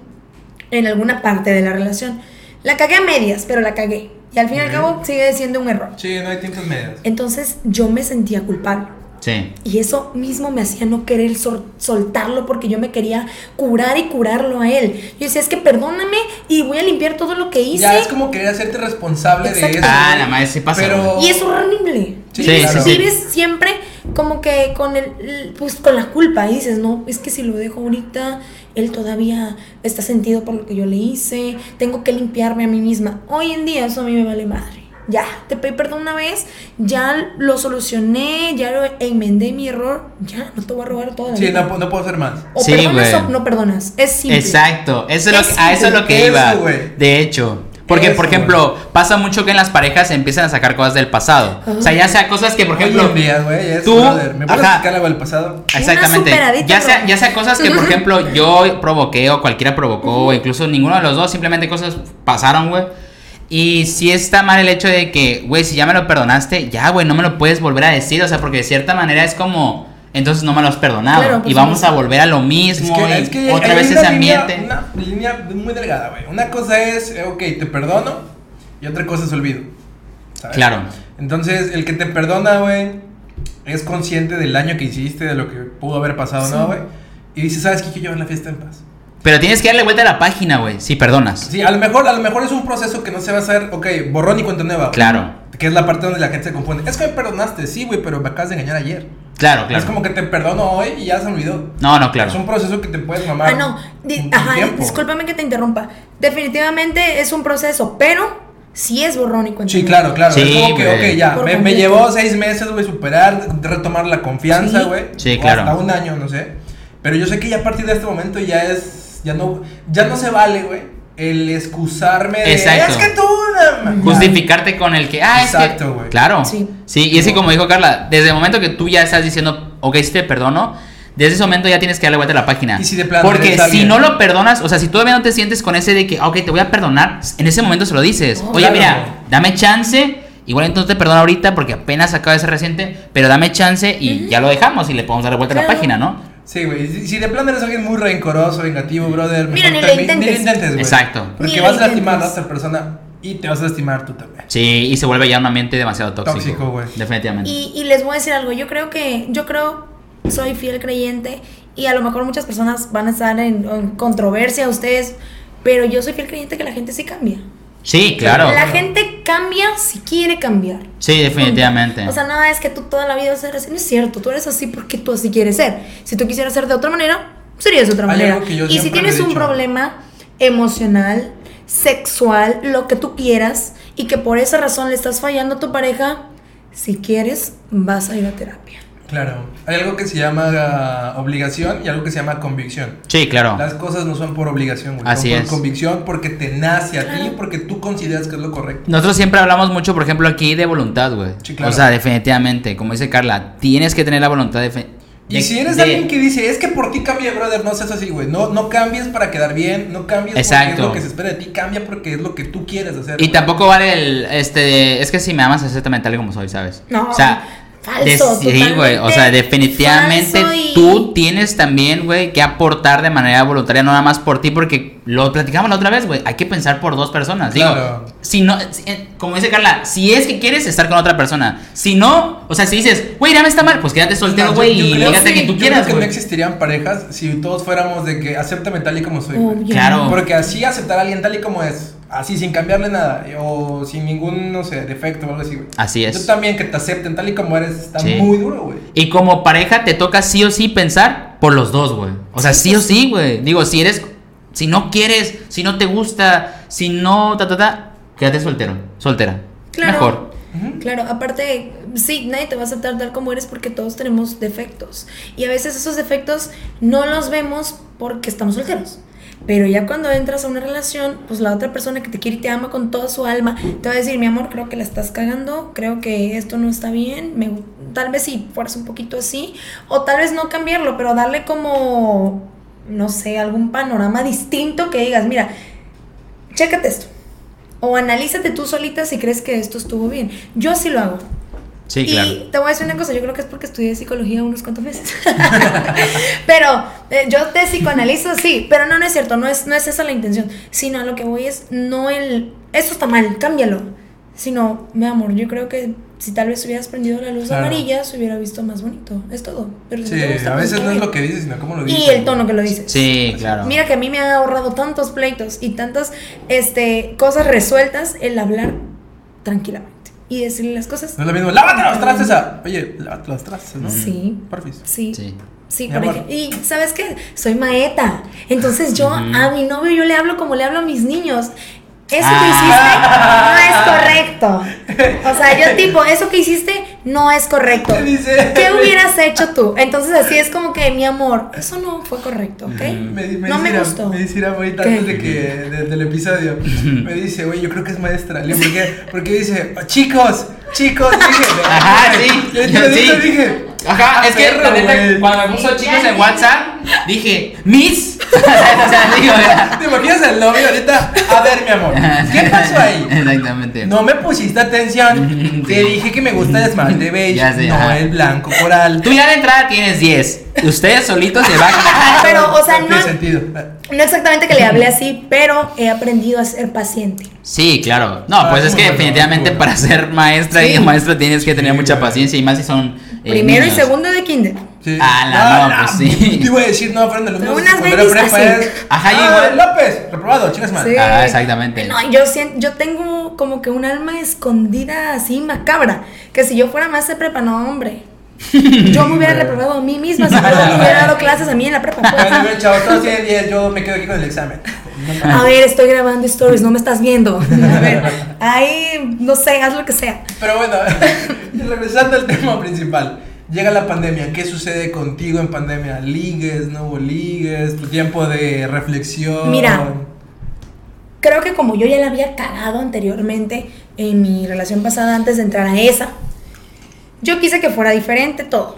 Speaker 2: en alguna parte de la relación. La cagué a medias, pero la cagué. Y al fin y al
Speaker 3: Ok.
Speaker 2: cabo sigue siendo un error.
Speaker 3: Sí, no hay tintas medias.
Speaker 2: Entonces yo me sentía culpable.
Speaker 1: Sí.
Speaker 2: Y eso mismo me hacía no querer sol- soltarlo porque yo me quería curar y curarlo a él. Yo decía, es que perdóname y voy a limpiar todo lo que hice.
Speaker 3: Ya es como querer hacerte responsable de
Speaker 2: Exacto.
Speaker 3: eso.
Speaker 1: Ah,
Speaker 3: güey.
Speaker 1: la madre sí pasa,
Speaker 3: Pero.
Speaker 2: Y es horrible.
Speaker 3: Sí,
Speaker 1: Sí,
Speaker 3: claro.
Speaker 1: sí, sí.
Speaker 2: Vives siempre como que con el pues con la culpa y dices, no, es que si lo dejo ahorita, él todavía está sentido por lo que yo le hice, tengo que limpiarme a mí misma. Hoy en día eso a mí me vale madre. Ya, te pedí perdón una vez, ya lo solucioné, ya lo enmendé mi error, ya, no te voy a robar toda la
Speaker 3: Sí,
Speaker 2: vida.
Speaker 3: no, no puedo hacer más.
Speaker 2: O
Speaker 1: Sí,
Speaker 2: perdonas
Speaker 1: güey.
Speaker 2: o no perdonas. Es simple.
Speaker 1: Exacto, eso es lo
Speaker 2: Es
Speaker 1: que- a eso es lo que
Speaker 3: eso,
Speaker 1: iba.
Speaker 3: güey.
Speaker 1: De hecho, porque
Speaker 3: Eso,
Speaker 1: por ejemplo, pasa mucho que en las parejas empiezan a sacar cosas del pasado. O sea, ya sea cosas que, por ejemplo,
Speaker 3: Hoy en día, güey, es,
Speaker 1: tú,
Speaker 3: brother, me puedo
Speaker 1: ajá.
Speaker 3: explicar algo del pasado.
Speaker 1: Exactamente.
Speaker 2: Una superadicta,
Speaker 1: Ya sea,
Speaker 2: pero-
Speaker 1: ya sea cosas que, por ejemplo, yo provoqué o cualquiera provocó, o incluso ninguno de los dos, simplemente cosas pasaron, güey. Y si está mal el hecho de que, güey, si ya me lo perdonaste, ya, güey, no me lo puedes volver a decir. O sea, porque de cierta manera es como, entonces no me lo has perdonado.
Speaker 2: Claro, por
Speaker 1: y vamos a
Speaker 2: supuesto.
Speaker 1: volver a lo mismo. y otra
Speaker 3: hay
Speaker 1: vez
Speaker 3: una
Speaker 1: ese
Speaker 3: línea-
Speaker 1: ambiente.
Speaker 3: una línea muy delgada, güey. Una cosa es, eh, ok, te perdono. Y otra cosa es olvido. ¿sabes?
Speaker 1: Claro.
Speaker 3: Entonces, el que te perdona, güey, es consciente del daño que hiciste, de lo que pudo haber pasado, ¿no, güey? Y dice, ¿sabes qué? Quiero llevar la fiesta en paz.
Speaker 1: Pero tienes que darle vuelta a la página, güey, si perdonas.
Speaker 3: Sí, a lo mejor, a lo mejor es un proceso que no se va a hacer, ok, borrón y cuenta nueva. güey.
Speaker 1: Claro,
Speaker 3: Que es la parte donde la gente se confunde. Es que me perdonaste, sí, güey, pero me acabas de engañar ayer.
Speaker 1: claro, claro.
Speaker 3: Es como que te perdono hoy y ya se olvidó.
Speaker 1: No, no,
Speaker 3: Es un
Speaker 1: claro.
Speaker 3: proceso que te puedes mamar.
Speaker 2: Ah, no. Di-
Speaker 3: un- un
Speaker 2: ajá,
Speaker 3: tiempo.
Speaker 2: discúlpame que te interrumpa. Definitivamente es un proceso, pero sí es borrón y cuenta.
Speaker 3: Sí,
Speaker 2: nueva.
Speaker 3: claro, claro.
Speaker 1: Sí,
Speaker 3: es como que,
Speaker 1: güey.
Speaker 3: ok, ya.
Speaker 2: Por
Speaker 3: Me, me
Speaker 2: completo.
Speaker 3: llevó seis meses, güey, superar, retomar la confianza,
Speaker 2: Sí.
Speaker 3: güey.
Speaker 1: Sí,
Speaker 3: o
Speaker 1: claro.
Speaker 3: Hasta un año, no sé. Pero yo sé que ya a partir de este momento ya es. Ya no, ya no se vale, güey, el excusarme de.
Speaker 1: Exacto.
Speaker 3: Es que tú. na- ma-".
Speaker 1: Justificarte con el que, ah, es que-
Speaker 3: Exacto, güey.
Speaker 1: Claro. Sí.
Speaker 2: Sí.
Speaker 1: y es que como dijo Carla, desde el momento que tú ya estás diciendo, ok, sí te perdono, desde ese momento ya tienes que darle vuelta a la página.
Speaker 3: Y si de plano
Speaker 1: Porque
Speaker 3: eres
Speaker 1: si
Speaker 3: alguien-
Speaker 1: no lo perdonas, o sea, si todavía no te sientes con ese de que, ok, te voy a perdonar, en ese momento se lo dices.
Speaker 2: Oh,
Speaker 3: No,
Speaker 1: Oye,
Speaker 3: claro.
Speaker 1: mira, dame chance. Igual entonces te perdono ahorita porque apenas acaba de ser reciente, pero dame chance y ya lo dejamos y le podemos dar vuelta a la
Speaker 2: Claro.
Speaker 1: página, ¿no?
Speaker 3: Sí, güey. Si si de plano eres alguien muy rencoroso, vengativo, brother. pues
Speaker 2: Mira, ni
Speaker 3: mejor
Speaker 2: le
Speaker 3: termi-
Speaker 2: intentes.
Speaker 3: intentes, güey.
Speaker 1: Exacto.
Speaker 2: Ni
Speaker 3: Porque
Speaker 2: le
Speaker 3: vas a lastimar a la
Speaker 2: intentes.
Speaker 3: otra persona y te vas a lastimar tú también.
Speaker 1: Sí, y se vuelve ya un ambiente demasiado tóxico.
Speaker 3: Tóxico, güey.
Speaker 1: Definitivamente.
Speaker 2: Y, y les voy a decir algo, yo creo que, yo creo, soy fiel creyente y a lo mejor muchas personas van a estar en, en controversia ustedes, pero yo soy fiel creyente que la gente sí cambia.
Speaker 1: Sí, claro.
Speaker 2: La gente cambia si quiere cambiar.
Speaker 1: Sí, definitivamente.
Speaker 2: O sea, nada es que tú toda la vida vas a ser así. No es cierto, tú eres así porque tú así quieres ser. Si tú quisieras ser de otra manera, serías de otra
Speaker 3: Hay
Speaker 2: manera.
Speaker 3: algo que yo
Speaker 2: Y si
Speaker 3: siempre
Speaker 2: tienes
Speaker 3: le he
Speaker 2: un
Speaker 3: dicho.
Speaker 2: problema emocional, sexual, lo que tú quieras, y que por esa razón le estás fallando a tu pareja, si quieres, vas a ir a terapia.
Speaker 3: Claro. Hay algo que se llama ah, obligación y algo que se llama convicción.
Speaker 1: Sí, claro.
Speaker 3: Las cosas no son por obligación, güey.
Speaker 1: Así
Speaker 3: son por
Speaker 1: es.
Speaker 3: convicción porque te nace a ti, porque tú consideras que es lo correcto.
Speaker 1: Nosotros siempre hablamos mucho, por ejemplo, aquí de voluntad, güey.
Speaker 3: Sí, claro.
Speaker 1: O sea, definitivamente, como dice Carla, tienes que tener la voluntad de... fe-
Speaker 3: Y
Speaker 1: de-
Speaker 3: si eres
Speaker 1: de-
Speaker 3: alguien que dice, es que por ti cambia, brother, no seas así, güey. No, no cambies para quedar bien, no cambies porque es
Speaker 1: Exacto.
Speaker 3: lo que se espera de ti, cambia porque es lo que tú quieres hacer.
Speaker 1: Y
Speaker 3: güey.
Speaker 1: tampoco vale el... este Es que si me amas exactamente tal y como soy, ¿sabes?
Speaker 2: No,
Speaker 1: O sea...
Speaker 2: falso,
Speaker 1: de- sí, güey. O sea,
Speaker 2: totalmente
Speaker 1: definitivamente
Speaker 2: falso y-
Speaker 1: tú tienes también, güey, que aportar de manera voluntaria, no nada más por ti, porque lo platicamos la otra vez, güey. Hay que pensar por dos personas. Digo,
Speaker 3: Claro.
Speaker 1: si no, si- eh, como dice Carla, si es que quieres estar con otra persona. Si no, o sea, si dices, güey, ya me está mal, pues quédate soltero,
Speaker 3: No,
Speaker 1: güey,
Speaker 3: Ah, yo- yo
Speaker 1: y
Speaker 3: creo-
Speaker 1: fíjate
Speaker 3: sí,
Speaker 1: que tú
Speaker 3: yo
Speaker 1: quieras,
Speaker 3: creo que no
Speaker 1: güey.
Speaker 3: existirían parejas si todos fuéramos de que acéptame tal y como soy. güey.
Speaker 2: Obvio.
Speaker 1: Claro.
Speaker 3: Porque así aceptar a alguien tal y como es, así sin cambiarle nada o sin ningún, no sé, defecto o algo así, güey.
Speaker 1: Así
Speaker 3: Yo
Speaker 1: es.
Speaker 3: también que te acepten tal y como eres está
Speaker 1: Sí.
Speaker 3: muy duro, güey.
Speaker 1: Y como pareja te toca sí o sí pensar por los dos, güey. O sea, sí o sí, güey. Digo, si eres, si no quieres, si no te gusta, si no, ta, ta, ta, quédate soltero, soltera.
Speaker 2: Claro.
Speaker 1: Mejor.
Speaker 2: Claro, aparte, sí, nadie te va a aceptar tal como eres porque todos tenemos defectos. Y a veces esos defectos no los vemos porque estamos solteros. Pero ya cuando entras a una relación, pues la otra persona que te quiere y te ama con toda su alma, te va a decir, mi amor, creo que la estás cagando, creo que esto no está bien, me gu- tal vez si fuerza un poquito así, o tal vez no cambiarlo, pero darle como, no sé, algún panorama distinto que digas, mira, chécate esto. O analízate tú solita si crees que esto estuvo bien. Yo sí lo hago.
Speaker 1: Sí,
Speaker 2: y
Speaker 1: claro.
Speaker 2: te voy a decir una cosa, yo creo que es porque estudié psicología unos cuantos meses. pero eh, yo te psicoanalizo, sí, pero no, no es cierto, no es, no es esa la intención. Sino a lo que voy es, no el, esto está mal, cámbialo. Sino, mi amor, yo creo que si tal vez hubieras prendido la luz
Speaker 3: Claro.
Speaker 2: amarilla, se hubiera visto más bonito. Es todo. Pero si
Speaker 3: Sí,
Speaker 2: no te gusta,
Speaker 3: a
Speaker 2: pues,
Speaker 3: veces no es
Speaker 2: cámbialo.
Speaker 3: lo que dices, sino cómo lo dices.
Speaker 2: Y el tono que lo dices.
Speaker 1: Sí,
Speaker 3: Ah.
Speaker 1: claro.
Speaker 2: Mira que a mí me han ahorrado tantos pleitos y tantas este, cosas resueltas el hablar tranquilamente y decirle las cosas.
Speaker 3: No es lo mismo, lávate los trastes a... Oye, lávate los trastes, ¿no?
Speaker 1: Mm.
Speaker 2: Sí.
Speaker 3: Porfis.
Speaker 2: Sí.
Speaker 1: Sí.
Speaker 2: Sí.
Speaker 3: Mm. Mi
Speaker 2: por
Speaker 3: amor.
Speaker 2: ejemplo. Y sabes qué? Soy maeta. Entonces yo a mi novio yo le hablo como le hablo a mis niños. Eso
Speaker 3: Ah.
Speaker 2: que hiciste no es correcto. O sea, yo tipo, eso que hiciste no es correcto.
Speaker 3: ¿Qué dice?
Speaker 2: ¿Qué hubieras hecho tú? Entonces así es como que, mi amor, eso no fue correcto, ¿ok?
Speaker 3: Me, me
Speaker 2: no me
Speaker 3: dice la-
Speaker 2: gustó.
Speaker 3: Me dice la abuelita
Speaker 2: ¿Qué?
Speaker 3: antes de que, de- del episodio. Me dice, güey, yo creo que es maestra. Le digo, ¿por qué? Porque dice, "Oh, chicos, chicos, dije.
Speaker 1: Ajá, sí,
Speaker 3: Yo
Speaker 1: yo
Speaker 3: te
Speaker 1: sí.
Speaker 3: dije.
Speaker 1: Ajá, es que la
Speaker 3: perro,
Speaker 1: neta,
Speaker 3: güey.
Speaker 1: cuando me puso
Speaker 4: Sí,
Speaker 1: chicos
Speaker 4: ya
Speaker 1: en
Speaker 4: sí.
Speaker 1: WhatsApp, dije, Miss. o sea, digo,
Speaker 3: ¿Te imaginas el novio ahorita? A ver, mi amor, ¿qué pasó ahí?
Speaker 1: Exactamente.
Speaker 3: No me pusiste atención. Te dije que me gusta el esmalte beige,
Speaker 1: Ya sé,
Speaker 3: no
Speaker 1: ajá.
Speaker 3: el blanco coral.
Speaker 1: Tú ya de entrada tienes 10. Ustedes solitos se van.
Speaker 2: Ah, pero, o sea,
Speaker 3: No tiene
Speaker 2: no,
Speaker 3: sentido.
Speaker 2: No exactamente que le hablé así, pero he aprendido a ser paciente.
Speaker 1: Sí, claro. No,
Speaker 3: Ah,
Speaker 1: pues
Speaker 3: muy
Speaker 1: es que
Speaker 3: bueno,
Speaker 1: definitivamente
Speaker 3: muy bueno.
Speaker 1: para ser maestra y
Speaker 2: Sí.
Speaker 1: maestra tienes que tener
Speaker 3: Sí,
Speaker 1: mucha
Speaker 3: güey.
Speaker 1: paciencia y más si son eh,
Speaker 2: Primero y
Speaker 1: niños.
Speaker 2: segundo de kinder.
Speaker 3: Sí.
Speaker 1: Ah, la- no, pues sí.
Speaker 3: Te iba a decir, no, Fran, de alumnos
Speaker 2: Unas
Speaker 3: de
Speaker 2: babies
Speaker 3: secundaria prepa
Speaker 2: así.
Speaker 3: es,
Speaker 1: Ajá, yo
Speaker 3: "Ah,
Speaker 1: igual".
Speaker 3: López, reprobado, chingas madre.
Speaker 2: Sí.
Speaker 1: Ah, exactamente.
Speaker 2: No, yo siento, yo tengo como que un alma escondida así macabra, que si yo fuera más de prepa, no, hombre. Yo me hubiera reprobado a mí misma si no me hubiera dado clases a mí en la prepa. pues.
Speaker 3: Bueno, bien, chavos, todos tienen 10, yo me quedo aquí con el examen.
Speaker 2: A ver, estoy grabando stories, no me estás viendo. A ver, ahí, no sé, haz lo que sea.
Speaker 3: Pero bueno, regresando al tema principal. Llega la pandemia, ¿qué sucede contigo en pandemia? ¿Ligues, no hubo ligues? ¿Tu tiempo de reflexión?
Speaker 2: Mira. Creo que como yo ya la había cagado anteriormente en mi relación pasada antes de entrar a esa, yo quise que fuera diferente todo.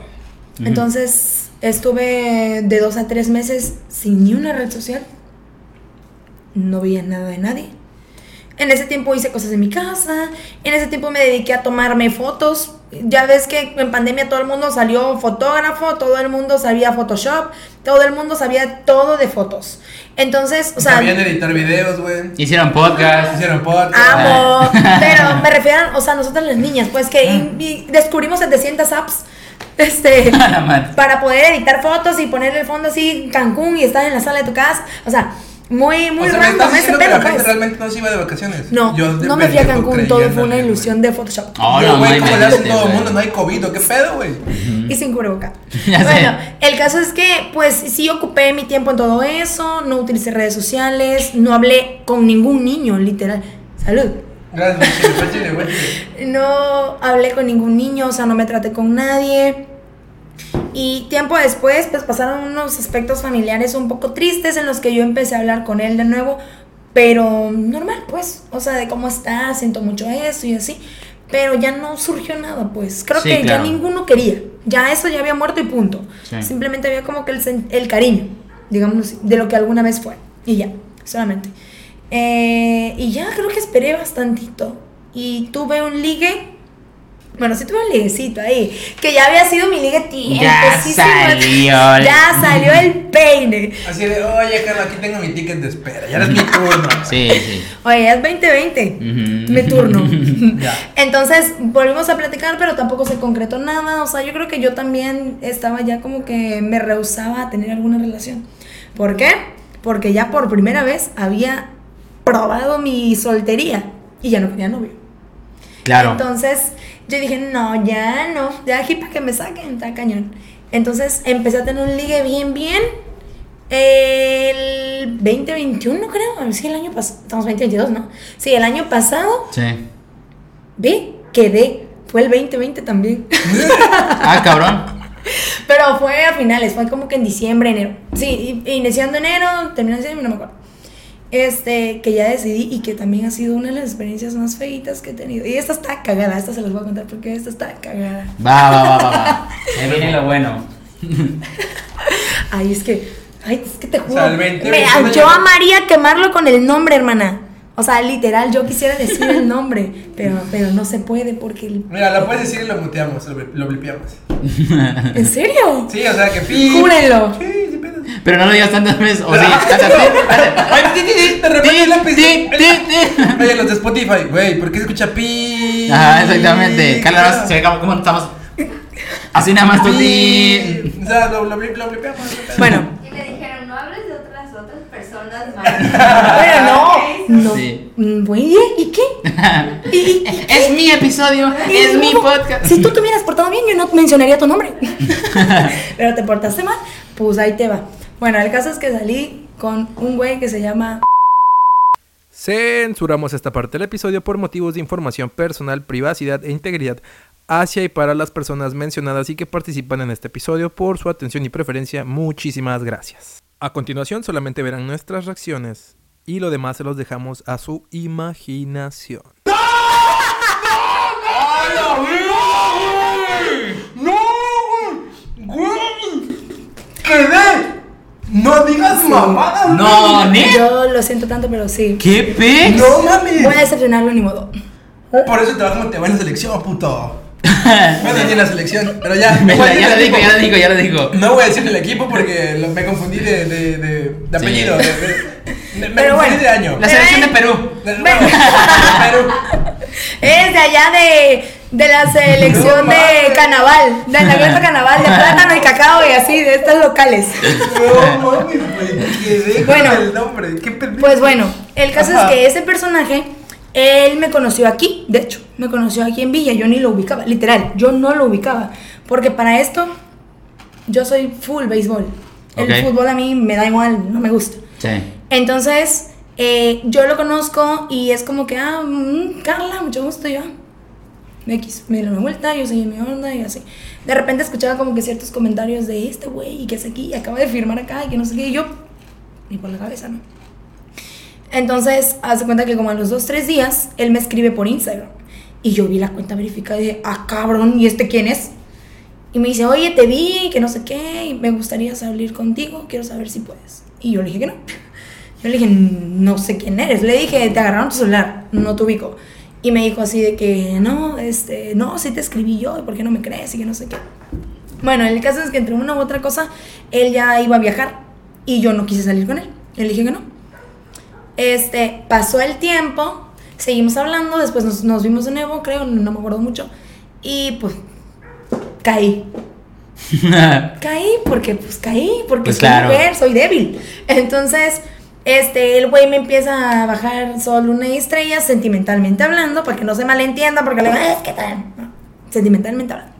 Speaker 2: Entonces, Estuve de dos a tres meses sin ni una red social. No veía nada de nadie. En ese tiempo hice cosas en mi casa. En ese tiempo me dediqué a tomarme fotos. Ya ves que en pandemia todo el mundo salió fotógrafo, todo el mundo sabía Photoshop, todo el mundo sabía todo de fotos. Entonces, o sea,
Speaker 3: Sabían editar videos, güey.
Speaker 1: Hicieron podcast.
Speaker 3: Hicieron podcast.
Speaker 2: Amo, pero me refiero, o sea, nosotras las niñas, pues que
Speaker 1: Mm.
Speaker 2: y- y descubrimos 700 apps este,
Speaker 1: A la madre.
Speaker 2: para poder editar fotos y ponerle el fondo así Cancún y estar en la sala de tu casa. O sea, muy, muy
Speaker 3: o sea, me estás
Speaker 2: random ese
Speaker 3: diciendo que
Speaker 2: pedo,
Speaker 3: la gente
Speaker 2: pues.
Speaker 3: realmente no se iba de vacaciones.
Speaker 2: No,
Speaker 3: Yo de
Speaker 2: no me fui a
Speaker 3: pendejo creía
Speaker 2: Cancún, todo
Speaker 3: en
Speaker 2: fue una
Speaker 3: alguien,
Speaker 2: ilusión de Photoshop.
Speaker 1: Oh,
Speaker 3: Yo,
Speaker 1: no,
Speaker 3: güey,
Speaker 1: no
Speaker 3: ¿cómo le hacen
Speaker 1: inventes,
Speaker 3: todo el
Speaker 1: güey.
Speaker 3: mundo? No hay COVID, ¿o ¿qué pedo, güey?
Speaker 2: y sin cubreboca.
Speaker 1: Ya sé.
Speaker 2: bueno, el caso es que, pues, sí ocupé mi tiempo en todo eso, no utilicé redes sociales, no hablé con ningún niño, literal. Salud.
Speaker 3: Gracias, güey, fue chile, güey.
Speaker 2: No hablé con ningún niño, o sea, no me traté con nadie. Y tiempo después, pues pasaron unos aspectos familiares un poco tristes en los que yo empecé a hablar con él de nuevo, pero normal, pues, o sea, de cómo está, siento mucho eso y así, pero ya no surgió nada, pues, creo
Speaker 1: Sí,
Speaker 2: que
Speaker 1: claro.
Speaker 2: ya ninguno quería, ya eso ya había muerto y punto.
Speaker 1: Sí.
Speaker 2: Simplemente había como que el, sen- el cariño, digamos, así, de lo que alguna vez fue, y ya, solamente. Eh, y ya creo que esperé bastantito. Y tuve un ligue. Bueno, sí tuve un liguecito ahí. Que ya había sido mi ligue tiempo.
Speaker 1: Ya
Speaker 2: sí, sí,
Speaker 1: salió el-
Speaker 2: Ya salió el peine.
Speaker 3: Así de, oye, Carla, aquí tengo mi ticket de espera. Ya eres mi turno.
Speaker 1: Sí, sí.
Speaker 2: Oye, ya es 2020.
Speaker 1: Ujú.
Speaker 2: Mi turno.
Speaker 3: Ya.
Speaker 2: Entonces volvimos a platicar, pero tampoco se concretó nada. O sea, yo creo que yo también estaba ya como que me rehusaba a tener alguna relación. ¿Por qué? Porque ya por primera vez había probado mi soltería y ya no tenía novio.
Speaker 1: Claro.
Speaker 2: Entonces yo dije, no, ya no, ya aquí para que me saquen, está cañón. Entonces empecé a tener un ligue bien, bien. El 2021, creo. A ver si el año pasado. Estamos 2022, ¿no? Sí, el año pasado
Speaker 1: Sí.
Speaker 2: ve, quedé. Fue el 2020 también.
Speaker 1: Ah, cabrón.
Speaker 2: Pero fue a finales, fue como que en diciembre, enero. Sí, i- iniciando enero, terminando diciembre, no me acuerdo. Este, que ya decidí y que también ha sido una de las experiencias más feitas que he tenido. Y esta está cagada, esta se las voy a contar porque esta está cagada.
Speaker 1: Va, va, va, va, va. Ahí viene lo bueno.
Speaker 2: Ay, es que, ay, es que te juro.
Speaker 3: sea, el 20,
Speaker 2: me-
Speaker 3: 21
Speaker 2: yo
Speaker 3: llegó.
Speaker 2: amaría quemarlo con el nombre, hermana. O sea, literal, yo quisiera decir el nombre, pero, pero no se puede porque. el-
Speaker 3: Mira, lo puedes decir y lo muteamos, lo, lo blipeamos.
Speaker 2: ¿En serio?
Speaker 3: Sí, o sea, que pi.
Speaker 2: Júrenlo.
Speaker 3: Sí, sí, pedo. Ah,
Speaker 1: Pero no lo digas tantas veces. O sí. Hasta ti, ti, ti,
Speaker 3: De repente la
Speaker 1: ti, ti, ti, ti.
Speaker 3: Oye, los de Spotify, güey, ¿por qué se escucha pi?
Speaker 1: Ajá, exactamente. Carla, nada más se
Speaker 3: sí.
Speaker 1: ve como, como estamos. Así nada más tú. ti.
Speaker 3: O sea, lo, lo, blip- lo blipeamos. no pedo.
Speaker 2: Bueno,
Speaker 5: Y le dijeron, no hables de otras otras personas más.
Speaker 2: pero no. No.
Speaker 1: Sí.
Speaker 2: Mm, Oye, ¿y qué? ¿Y, y- y
Speaker 1: Es mi episodio, es mi
Speaker 2: No,
Speaker 1: podcast.
Speaker 2: Si tú te hubieras portado bien, yo no mencionaría tu nombre. Pero te portaste mal, pues ahí te va. Bueno, el caso es que salí con un güey que se llama.
Speaker 3: Censuramos esta parte del episodio por motivos de información personal, privacidad e integridad hacia y para las personas mencionadas y que participan en este episodio por su atención y preferencia. Muchísimas gracias. A continuación solamente verán nuestras reacciones y lo demás se los dejamos a su imaginación. ¡No! ¡No digas mamadas!
Speaker 1: No, ni.
Speaker 2: Yo lo siento tanto, pero sí.
Speaker 1: ¿Qué pez?
Speaker 3: mames!
Speaker 2: Voy a decepcionarlo ni modo.
Speaker 3: Por eso te vas como te va en la selección, puto. Bueno, ni en la selección, pero ya.
Speaker 1: Me
Speaker 3: igual
Speaker 1: la-
Speaker 3: ni
Speaker 1: ya
Speaker 3: en
Speaker 1: lo
Speaker 3: el
Speaker 1: digo,
Speaker 3: equipo.
Speaker 1: ya lo digo, ya lo digo.
Speaker 3: No voy a decir el equipo porque lo- me confundí de, de, de, de
Speaker 1: Sí.
Speaker 3: apellido. de- de- de- me
Speaker 2: Pero bueno.
Speaker 3: confundí de año.
Speaker 1: La selección de Perú.
Speaker 3: De- no, pero-
Speaker 2: Es de allá de, de la selección
Speaker 3: No
Speaker 2: de
Speaker 3: mames.
Speaker 2: Canaval, de la Gleta Canaval, de plátano y cacao y así, de estas locales.
Speaker 3: No mames, güey. Quedé
Speaker 2: Bueno.
Speaker 3: con el nombre. Qué pendejo.
Speaker 2: Pues bueno, el caso
Speaker 3: Ajá.
Speaker 2: es que ese personaje, él me conoció aquí, de hecho, me conoció aquí en Villa, yo ni lo ubicaba, literal, yo no lo ubicaba, porque para esto yo soy full béisbol. El
Speaker 1: Ok.
Speaker 2: fútbol a mí me da igual, no me gusta.
Speaker 1: Sí.
Speaker 2: Entonces, eh, yo lo conozco y es como que, ah, mm, Carla, mucho gusto, yo. X, me doy la vuelta, yo seguí mi onda y así. De repente escuchaba como que ciertos comentarios de este güey y que es aquí y acaba de firmar acá y que no sé qué. Y yo, ni por la cabeza, ¿no? Entonces, hace cuenta que como a los dos, tres días, él me escribe por Instagram. Y yo vi la cuenta verificada y dije, ah, cabrón, ¿y este quién es? Y me dice, oye, te vi, que no sé qué, y me gustaría salir contigo, quiero saber si puedes. Y yo le dije que no. Yo le dije, no sé quién eres. Le dije, te agarraron tu celular, no te ubico. Y me dijo así de que, no, este, no, sí te escribí yo, ¿y por qué no me crees? Y que no sé qué. Bueno, el caso es que entre una u otra cosa, él ya iba a viajar y yo no quise salir con él. Yo le dije que no. Este, pasó el tiempo, seguimos hablando, después nos, nos vimos de nuevo, creo, no me acuerdo mucho. Y pues, caí. Caí porque, pues, caí, porque
Speaker 1: Pues
Speaker 2: soy
Speaker 1: claro.
Speaker 2: mujer, soy débil. Entonces, este, el güey me empieza a bajar sol, luna y estrellas, sentimentalmente hablando, para que no se malentienda, porque le digo, "Ah, es que tal", ¿no? Sentimentalmente hablando.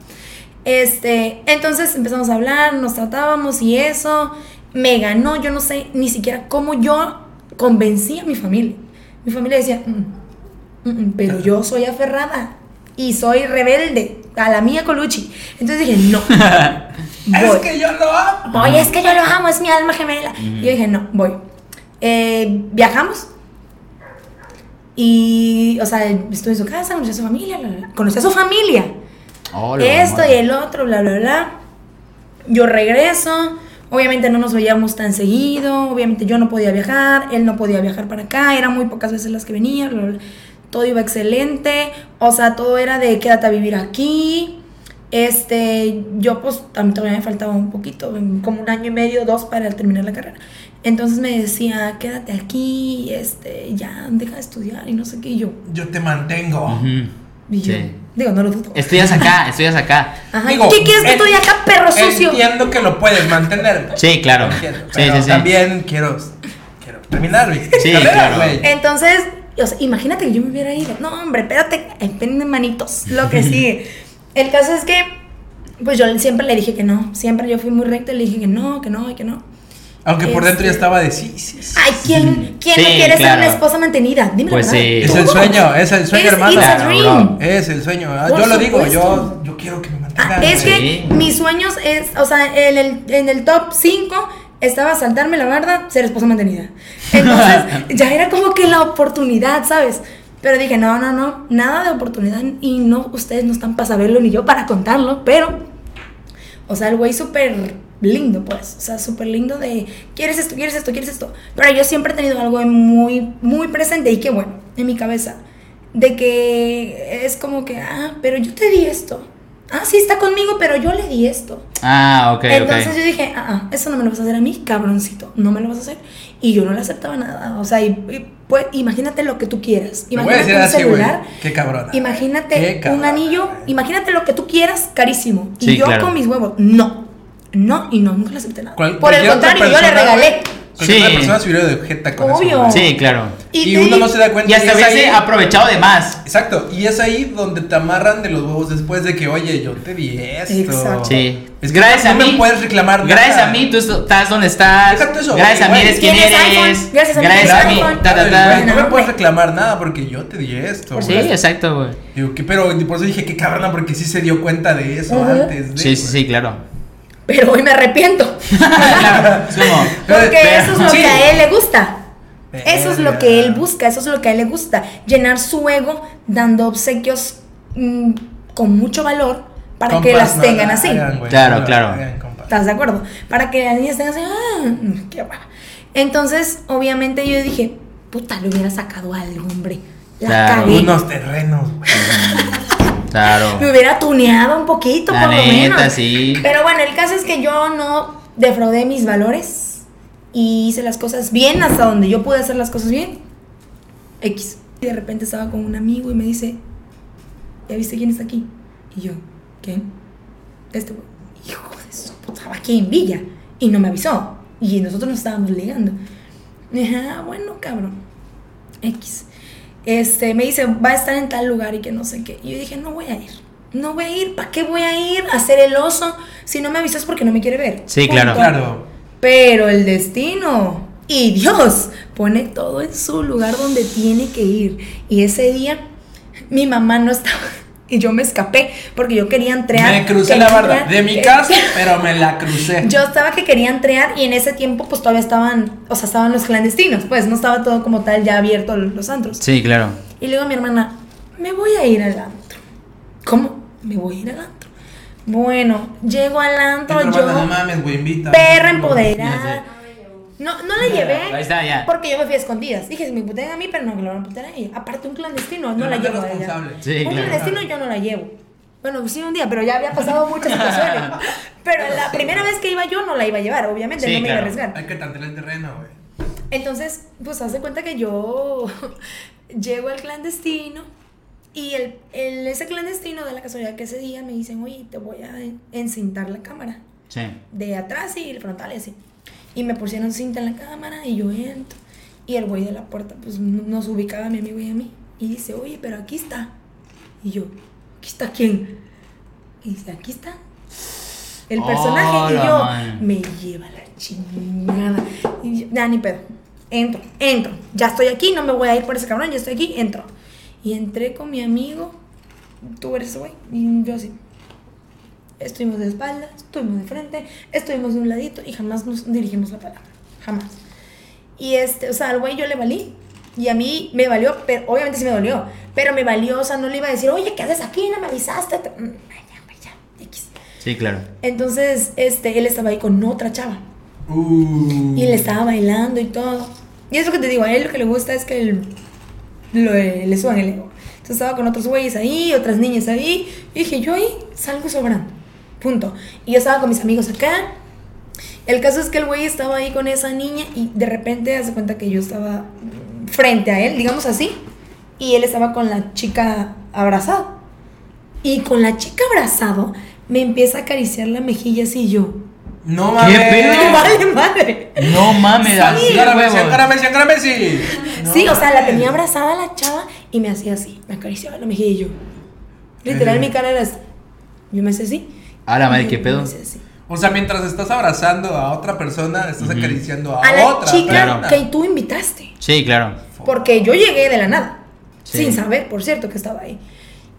Speaker 2: Este, entonces empezamos a hablar, nos tratábamos y eso. Me ganó, yo no sé ni siquiera cómo yo convencí a mi familia. Mi familia decía, "Mm, mm, mm", pero yo soy aferrada y soy rebelde a la mía Colucci. Entonces dije, no.
Speaker 3: Es
Speaker 2: voy.
Speaker 3: que yo lo amo.
Speaker 2: Voy, es que yo lo amo, es mi alma gemela.
Speaker 1: Ujú.
Speaker 2: Y yo dije, no, voy. Eh, viajamos. Y, o sea, estuve en su casa, conocí a su familia, bla, bla, bla. conocí a su familia.
Speaker 1: Hola,
Speaker 2: Esto
Speaker 1: amor.
Speaker 2: y el otro, bla, bla, bla. Yo regreso. Obviamente no nos veíamos tan seguido. Obviamente yo no podía viajar. Él no podía viajar para acá. Eran muy pocas veces las que venía. bla, bla, bla. Todo iba excelente. O sea, todo era de quédate a vivir aquí. Este, yo pues a mí todavía me faltaba un poquito, como un año y medio, dos para terminar la carrera. Entonces me decía, quédate aquí, este, ya, deja de estudiar y no sé qué. Y yo,
Speaker 3: Yo te mantengo.
Speaker 1: Ujú.
Speaker 2: y yo,
Speaker 1: Sí.
Speaker 2: digo, no lo dudo.
Speaker 1: Estudias acá, estudias acá.
Speaker 2: Ajá,
Speaker 3: Digo,
Speaker 2: ¿Qué quieres que
Speaker 3: en-
Speaker 2: estudie acá, perro sucio?
Speaker 3: Entiendo que lo puedes mantener.
Speaker 1: Sí, claro.
Speaker 3: Entiendo,
Speaker 1: Sí,
Speaker 3: pero
Speaker 1: sí, sí.
Speaker 3: También quiero, quiero terminar, güey.
Speaker 1: Sí,
Speaker 3: Carrera,
Speaker 1: claro.
Speaker 3: güey.
Speaker 2: Entonces, o sea, imagínate que yo me hubiera ido. No, hombre, espérate, espérenme manitos, lo que sigue. El caso es que, pues yo siempre le dije que no. Siempre yo fui muy recta y le dije que no, que no, y que no.
Speaker 3: Aunque por dentro
Speaker 2: Este-
Speaker 3: ya estaba de sí, sí, sí.
Speaker 2: Ay, ¿quién, quién no
Speaker 1: Sí,
Speaker 2: quiere ser
Speaker 1: claro.
Speaker 2: una esposa mantenida? Dime
Speaker 1: Pues
Speaker 2: la verdad.
Speaker 1: sí.
Speaker 3: Es el
Speaker 2: Todos.
Speaker 3: sueño, es el sueño,
Speaker 2: Es-
Speaker 3: hermano.
Speaker 2: It's a
Speaker 1: Claro,
Speaker 2: dream.
Speaker 3: Es el sueño. ¿verdad?
Speaker 2: Por
Speaker 3: Yo lo digo,
Speaker 2: supuesto.
Speaker 3: yo, yo quiero que me
Speaker 2: Ah,
Speaker 3: mantengan.
Speaker 2: es
Speaker 3: güey.
Speaker 1: Sí.
Speaker 2: que mis sueños es, o sea, en el, en el top 5 estaba saltarme la barda, ser esposa mantenida. Entonces, ya era como que la oportunidad, ¿sabes? Pero dije, no, no, no, nada de oportunidad y no, ustedes no están para saberlo ni yo para contarlo, pero, o sea, el güey súper lindo, pues, o sea, súper lindo de, quieres esto, quieres esto, quieres esto. Pero yo siempre he tenido algo de muy, muy presente y que bueno, en mi cabeza, de que es como que, ah, pero yo te di esto. Ah, sí, está conmigo, pero yo le di esto.
Speaker 1: Ah, ok,
Speaker 2: Entonces
Speaker 1: ok.
Speaker 2: yo dije, ah, ah, eso no me lo vas a hacer a mí, cabroncito, no me lo vas a hacer. Y yo no le aceptaba nada. O sea, y, y, pues, imagínate lo que tú quieras.
Speaker 3: Lo voy a
Speaker 2: Imagínate
Speaker 3: decir
Speaker 2: un
Speaker 3: así, güey.
Speaker 2: celular,
Speaker 3: Qué cabrona. Qué
Speaker 2: imagínate un
Speaker 3: cabrona,
Speaker 2: anillo,
Speaker 3: güey.
Speaker 2: imagínate lo que tú quieras, carísimo.
Speaker 1: Sí,
Speaker 2: y yo
Speaker 1: claro.
Speaker 2: con mis huevos, no. No, y no, nunca le acepté nada.
Speaker 3: Cual-
Speaker 2: Por el
Speaker 3: cualquier otra
Speaker 2: contrario, yo le
Speaker 3: persona,
Speaker 2: regalé.
Speaker 3: güey, Cualquier
Speaker 1: Sí.
Speaker 3: otra persona se hubiera de ojeta con
Speaker 2: Obvio.
Speaker 3: eso. güey.
Speaker 1: Sí, claro.
Speaker 3: Y,
Speaker 2: te
Speaker 3: uno
Speaker 2: di-
Speaker 3: no se da cuenta.
Speaker 1: Y hasta
Speaker 3: es
Speaker 1: hubiese
Speaker 3: ahí-
Speaker 1: aprovechado de más.
Speaker 3: Exacto, y es ahí donde te amarran de los huevos después de que, oye, yo te di esto.
Speaker 2: Exacto.
Speaker 1: Sí.
Speaker 3: Es que
Speaker 1: gracias
Speaker 3: no
Speaker 1: a mí.
Speaker 3: me puedes reclamar.
Speaker 1: Gracias
Speaker 3: nada.
Speaker 1: a mí, tú est- estás donde estás.
Speaker 3: Deja tú eso,
Speaker 1: gracias a mí
Speaker 3: güey.
Speaker 1: eres quien
Speaker 2: Tienes
Speaker 1: eres.
Speaker 2: iPhone. Gracias a mí
Speaker 1: mí.
Speaker 2: tienes iPhone.
Speaker 1: ta, ta, ta.
Speaker 3: Güey, No me
Speaker 2: Bueno,
Speaker 3: puedes
Speaker 2: hombre.
Speaker 3: reclamar nada porque yo te di esto.
Speaker 1: Sí,
Speaker 3: güey.
Speaker 1: exacto, güey.
Speaker 3: Digo, que- pero por eso dije que cabrona, porque sí se dio cuenta de eso
Speaker 2: Ujú.
Speaker 3: antes. De,
Speaker 1: Sí, sí, sí, claro.
Speaker 2: Pero hoy me arrepiento.
Speaker 1: claro. es como,
Speaker 2: Porque eso es lo
Speaker 3: Sí.
Speaker 2: que a él le gusta.
Speaker 3: güey.
Speaker 2: Eso es lo que él busca, eso es lo que a él le gusta. Llenar su ego dando obsequios mm, con mucho valor para que
Speaker 3: Compas,
Speaker 2: las
Speaker 3: no
Speaker 2: tengan
Speaker 3: la
Speaker 2: así.
Speaker 3: hagan, güey,
Speaker 1: Claro,
Speaker 3: no la
Speaker 1: claro.
Speaker 3: hagan, compas.
Speaker 2: ¿Estás de acuerdo? Para que las niñas tengan así. "Ah, mm, qué guapa". Entonces, obviamente yo dije, puta, le hubiera sacado algo, hombre. La
Speaker 1: Claro.
Speaker 2: cagué.
Speaker 3: Unos terrenos, güey.
Speaker 1: claro.
Speaker 2: Me hubiera tuneado un poquito,
Speaker 1: La
Speaker 2: por lo
Speaker 1: neta,
Speaker 2: menos.
Speaker 1: sí.
Speaker 2: Pero bueno, el caso es que yo no defraudé mis valores y hice las cosas bien hasta donde yo pude hacer las cosas bien. X. Y de repente estaba con un amigo y me dice, ¿ya viste quién está aquí? Y yo, ¿quién? Este güey. hijo de su puta, estaba aquí en Villa y no me avisó. Y nosotros nos estábamos ligando. Y dije, ah, bueno, cabrón. X. Este, me dice, va a estar en tal lugar y que no sé qué. Y yo dije, no voy a ir. No voy a ir. ¿Para qué voy a ir a hacer el oso? Si no me avisas porque no me quiere ver.
Speaker 1: Sí, claro.
Speaker 3: Claro.
Speaker 2: Pero el destino y Dios pone todo en su lugar donde tiene que ir. Y ese día mi mamá no estaba y yo me escapé porque yo quería entrear.
Speaker 3: Me crucé
Speaker 2: quería
Speaker 3: la barda
Speaker 2: entrear,
Speaker 3: de mi
Speaker 2: que-
Speaker 3: casa, pero me la crucé.
Speaker 2: Yo estaba que quería entrear y en ese tiempo pues todavía estaban, o sea, estaban los clandestinos, pues no estaba todo como tal ya abierto los antros.
Speaker 1: Sí, claro.
Speaker 2: Y le digo a mi hermana, me voy a ir al antro. ¿Cómo? Me voy a ir al antro. Bueno, llego al antro,
Speaker 3: Entra,
Speaker 2: yo.
Speaker 3: banda, no mames, güey, invita.
Speaker 2: perra
Speaker 3: No,
Speaker 2: empoderada.
Speaker 5: No me llevó.
Speaker 2: No, no la llevé.
Speaker 1: Ahí está, ya.
Speaker 2: Porque yo me fui a escondidas. Dije, si me putean a mí, pero no que lo van a putear a ella. Aparte, un clandestino, no la
Speaker 3: Hermana
Speaker 2: llevo a ella.
Speaker 3: responsable.
Speaker 1: Sí,
Speaker 2: un
Speaker 1: claro.
Speaker 2: clandestino yo no la llevo. Bueno, sí, un día, pero ya había pasado muchas situaciones. Pero la primera vez que iba yo no la iba a llevar, obviamente,
Speaker 1: Sí,
Speaker 2: no me iba a
Speaker 1: claro.
Speaker 2: arriesgar.
Speaker 3: Hay que tantear el terreno, güey.
Speaker 2: Entonces, pues hace cuenta que yo llego al clandestino y el, el- ese clandestino de la casualidad que ese día me dicen, oye, te voy a en- encintar la cámara,
Speaker 1: Sí.
Speaker 2: de atrás y el frontal y así. Y me pusieron cinta en la cámara y yo entro. Y el güey de la puerta, pues n- nos ubicaba a mi amigo y a mí. Y dice, oye, pero aquí está. Y yo, ¿aquí está quién? Y dice, aquí está. El personaje.
Speaker 1: Hola,
Speaker 2: y yo,
Speaker 1: man.
Speaker 2: me lleva la chingada. Y yo, "Nah, ni pedo. Entro, entro. Ya estoy aquí, no me voy a ir por ese cabrón, ya estoy aquí, entro. Y entré con mi amigo. Tú eres ese güey. Y yo así. Estuvimos de espaldas, estuvimos de frente, estuvimos de un ladito y jamás nos dirigimos la palabra. Jamás. Y este, o sea, al güey yo le valí. Y a mí me valió, pero obviamente sí me dolió. Pero me valió, o sea, no le iba a decir, oye, ¿qué haces aquí? No me avisaste. Mm, ay, ya, güey, ya, X.
Speaker 1: Sí, claro.
Speaker 2: Entonces, este, él estaba ahí con otra chava.
Speaker 3: Uh.
Speaker 2: Y él estaba bailando y todo. Y es lo que te digo, a él lo que le gusta es que el- lo- eh, le suban el ego. Entonces estaba con otros güeyes ahí, otras niñas ahí. Y dije, yo ahí salgo sobrando. Punto. Y yo estaba con mis amigos acá. El caso es que el güey estaba ahí con esa niña y de repente hace cuenta que yo estaba frente a él, digamos así. Y él estaba con la chica abrazado. Y con la chica abrazado me empieza a acariciar la mejilla así y yo.
Speaker 3: No mames.
Speaker 1: ¿Qué pedo?
Speaker 2: ¡No vale madre!
Speaker 1: No mames, así,
Speaker 3: Angara Messi,
Speaker 1: huevos.
Speaker 3: Angara Messi, Angara Messi. No
Speaker 2: sí, o sea, la
Speaker 3: mames.
Speaker 2: tenía abrazada la chava y me hacía así, me acariciaba la mejilla y yo. Literal,
Speaker 3: Eh.
Speaker 2: mi cara era así. Yo me hacía así.
Speaker 1: A la madre,
Speaker 2: Yo
Speaker 1: qué pedo.
Speaker 2: me hacía así.
Speaker 3: O sea, mientras estás abrazando a otra persona, estás
Speaker 1: Ujú.
Speaker 3: acariciando a,
Speaker 2: A la
Speaker 3: Ah, otra
Speaker 2: chica
Speaker 1: claro.
Speaker 3: persona.
Speaker 2: que tú invitaste.
Speaker 1: Sí, claro.
Speaker 2: Porque yo llegué de la nada.
Speaker 1: Sí.
Speaker 2: Sin saber, por cierto, que estaba ahí.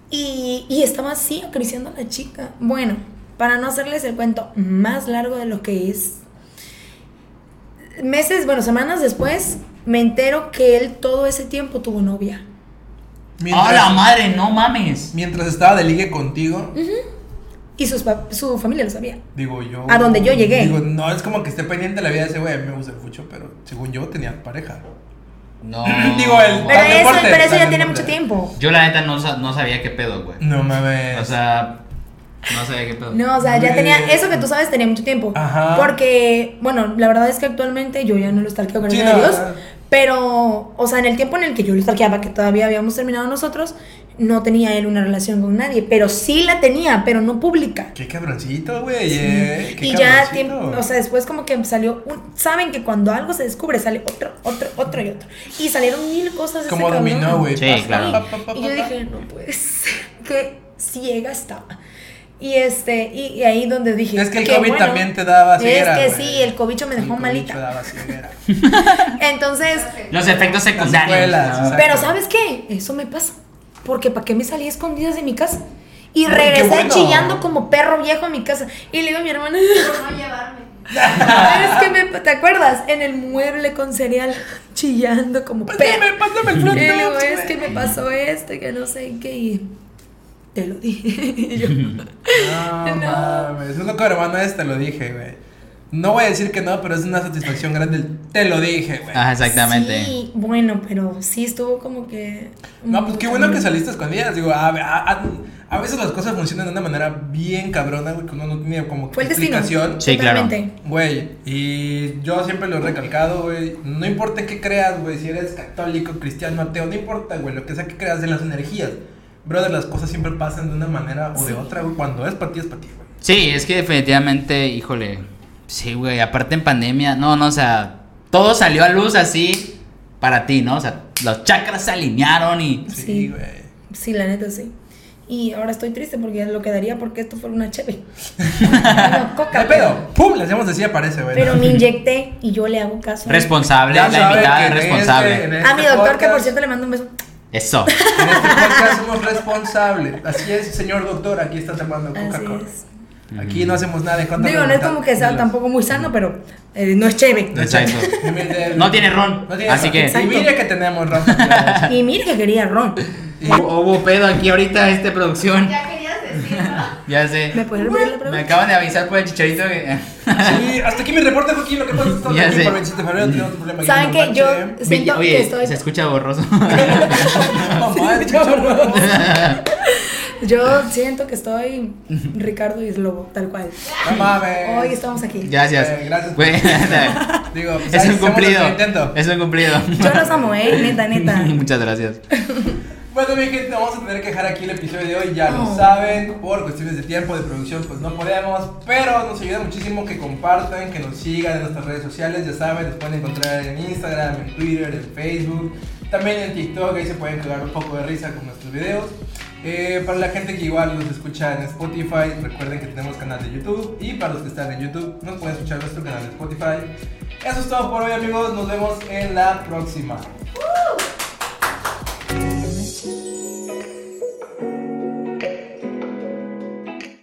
Speaker 2: Y, y estaba así acariciando a la chica. Bueno, para no hacerles el cuento más largo de lo que es. Meses, bueno, semanas después, me entero que él todo ese tiempo tuvo novia.
Speaker 1: A la madre, no mames.
Speaker 3: mientras estaba de ligue contigo,
Speaker 2: Y sus pap- su familia lo sabía.
Speaker 3: digo yo.
Speaker 2: A donde yo llegué.
Speaker 3: Digo, no es como que esté pendiente de la vida de ese güey. a mí Me gusta mucho, pero según yo tenía pareja.
Speaker 1: No.
Speaker 3: Digo, el-
Speaker 2: Pero
Speaker 3: Dale
Speaker 2: eso,
Speaker 3: corte,
Speaker 2: pero eso
Speaker 3: dale
Speaker 2: ya tiene
Speaker 3: corte.
Speaker 2: mucho tiempo.
Speaker 1: Yo la neta no, sa- no sabía qué pedo, güey.
Speaker 3: No mames.
Speaker 1: O sea, no sabía qué pedo.
Speaker 2: No, o sea, ya
Speaker 3: Eh.
Speaker 2: tenía, eso que tú sabes tenía mucho tiempo.
Speaker 3: Ajá.
Speaker 2: Porque, bueno, la verdad es que actualmente yo ya no lo stalkeo, gracias
Speaker 3: Sí, no,
Speaker 2: a Dios.
Speaker 3: no.
Speaker 2: Pero, o sea, en el tiempo en el que yo lo stalkeaba, que todavía habíamos terminado nosotros, no tenía él una relación con nadie. Pero sí la tenía, pero no pública.
Speaker 3: qué cabroncito, güey. eh, qué
Speaker 2: Y ya,
Speaker 3: cabroncito.
Speaker 2: tiemp- o sea, después como que salió un- Saben que cuando algo se descubre sale otro, otro, otro y otro. Y salieron mil cosas. de
Speaker 3: como
Speaker 2: ese cabrón.
Speaker 3: dominó, güey.
Speaker 1: Sí,
Speaker 3: Pas-
Speaker 1: claro.
Speaker 3: pa, pa, pa,
Speaker 2: Y yo
Speaker 3: pa, pa.
Speaker 2: dije, no puede ser, qué ciega estaba. Y este, y, y ahí donde dije.
Speaker 3: Es que el
Speaker 2: qué
Speaker 3: COVID
Speaker 2: bueno.
Speaker 3: también te daba ceguera.
Speaker 2: Es que
Speaker 3: güey.
Speaker 2: sí, el COVID me
Speaker 3: El
Speaker 2: dejó
Speaker 3: cobicho
Speaker 2: malita.
Speaker 3: daba ceguera.
Speaker 2: Entonces,
Speaker 1: Los efectos secundarios.
Speaker 3: secuelas,
Speaker 1: ¿no?
Speaker 3: exacto.
Speaker 2: pero ¿sabes qué? Eso me pasa. Porque ¿para qué me salí escondidas de mi casa? Y
Speaker 3: Ay, qué
Speaker 2: regresé
Speaker 3: bueno.
Speaker 2: chillando como perro viejo a mi casa. Y le digo a mi hermana,
Speaker 5: Por no llevarme.
Speaker 2: ¿sabes qué me, te acuerdas? En el mueble con cereal, chillando como
Speaker 3: Pues
Speaker 2: perro.
Speaker 3: Pásame, pásame el
Speaker 2: Y
Speaker 3: front.
Speaker 2: le digo,
Speaker 3: güey.
Speaker 2: es que me pasó esto y que no sé qué. Y te lo dije. Y yo,
Speaker 3: No,
Speaker 2: No.
Speaker 3: mames. Es lo que hermano es, te lo dije, güey. No voy a decir que no, pero es una satisfacción grande. el Te lo dije, güey.
Speaker 1: Ajá, exactamente.
Speaker 2: Sí, bueno, pero sí estuvo como que.
Speaker 3: No, pues qué
Speaker 2: Mm.
Speaker 3: bueno que saliste escondidas. Digo, a, a- a- a veces las cosas funcionan de una manera bien cabrona, güey, que uno no tiene como
Speaker 2: Fue el destino.
Speaker 3: explicación.
Speaker 1: Sí, claro.
Speaker 2: totalmente.
Speaker 3: Güey, y yo siempre lo he recalcado, güey. No importa en qué creas, güey. Si eres católico, cristiano, ateo, no importa, güey. Lo que sea que creas de las energías. Brother, las cosas siempre pasan de una manera o de otra, güey. Cuando es para ti, es para ti, güey.
Speaker 1: Sí, es que definitivamente, híjole. Sí, güey, aparte en pandemia, no, no, o sea, todo salió a luz así para ti, ¿no? O sea, los chakras se alinearon y.
Speaker 3: Sí,
Speaker 2: Sí.
Speaker 3: güey.
Speaker 2: Sí, la neta sí. Y ahora estoy triste porque ya lo quedaría porque esto fuera una cheve. no,
Speaker 3: No hay
Speaker 2: coca.
Speaker 3: pedo. ¡Pum! Le hacemos así, aparece, güey.
Speaker 2: Pero
Speaker 3: ¿no?
Speaker 2: me inyecté y yo le hago caso.
Speaker 1: Responsable,
Speaker 3: Ya
Speaker 1: la
Speaker 3: saben
Speaker 1: invitada
Speaker 3: que
Speaker 1: es
Speaker 3: en
Speaker 1: responsable.
Speaker 3: este- en este
Speaker 2: A Ah, mi doctor, que por
Speaker 3: podcast-
Speaker 2: cierto le mando un beso.
Speaker 1: Eso.
Speaker 3: En este podcast somos responsables. Así es, señor doctor, aquí está tomando
Speaker 2: Así
Speaker 3: Coca-Cola.
Speaker 2: es.
Speaker 3: Aquí no hacemos nada de contra
Speaker 2: Digo, no es como que sea tampoco muy sano, pero eh, no es cheve.
Speaker 1: Exacto. No tiene ron, así que-
Speaker 3: Y mire que tenemos ron. claro.
Speaker 2: Y mira que quería ron.
Speaker 3: este,
Speaker 1: Hubo pedo aquí ahorita, esta producción.
Speaker 5: Ya querías decirlo.
Speaker 1: Ya sé.
Speaker 2: ¿Me puedes repetir la pregunta?
Speaker 1: Me acaban de avisar por el chicharito que.
Speaker 3: Sí, hasta aquí mi reporte, Joaquín. Lo que pasa es que estamos
Speaker 1: Ya
Speaker 3: aquí
Speaker 1: sé.
Speaker 3: para 27 de febrero. Tenemos un problema aquí
Speaker 2: ¿Saben
Speaker 3: en
Speaker 2: que yo
Speaker 3: Apache.
Speaker 2: siento
Speaker 1: Oye,
Speaker 2: que estoy...
Speaker 1: se escucha borroso.
Speaker 3: Mamá, el chorro.
Speaker 2: Yo siento que estoy Ricardo y Slobo, tal cual.
Speaker 3: No mames.
Speaker 2: Hoy estamos aquí.
Speaker 1: Gracias.
Speaker 3: Eh, gracias.
Speaker 1: Güey,
Speaker 3: Digo, pues,
Speaker 1: es
Speaker 3: ahí
Speaker 1: un
Speaker 3: hacemos nuestro
Speaker 1: cumplido.
Speaker 3: intento.
Speaker 1: Es un cumplido.
Speaker 2: Yo los amo, ¿eh? Neta, neta.
Speaker 1: Muchas gracias.
Speaker 3: Bueno, mi gente, vamos a tener que dejar aquí el episodio de hoy, ya lo
Speaker 2: Oh.
Speaker 3: saben, por cuestiones de tiempo, de producción, pues no podemos, pero nos ayuda muchísimo que compartan, que nos sigan en nuestras redes sociales, ya saben, nos pueden encontrar en Instagram, en Twitter, en Facebook, también en TikTok, ahí se pueden quedar un poco de risa con nuestros videos. Eh, para la gente que igual nos escucha en Spotify, recuerden que tenemos canal de YouTube y para los que están en YouTube, nos pueden escuchar en nuestro canal de Spotify. Eso es todo por hoy amigos, nos vemos en la próxima.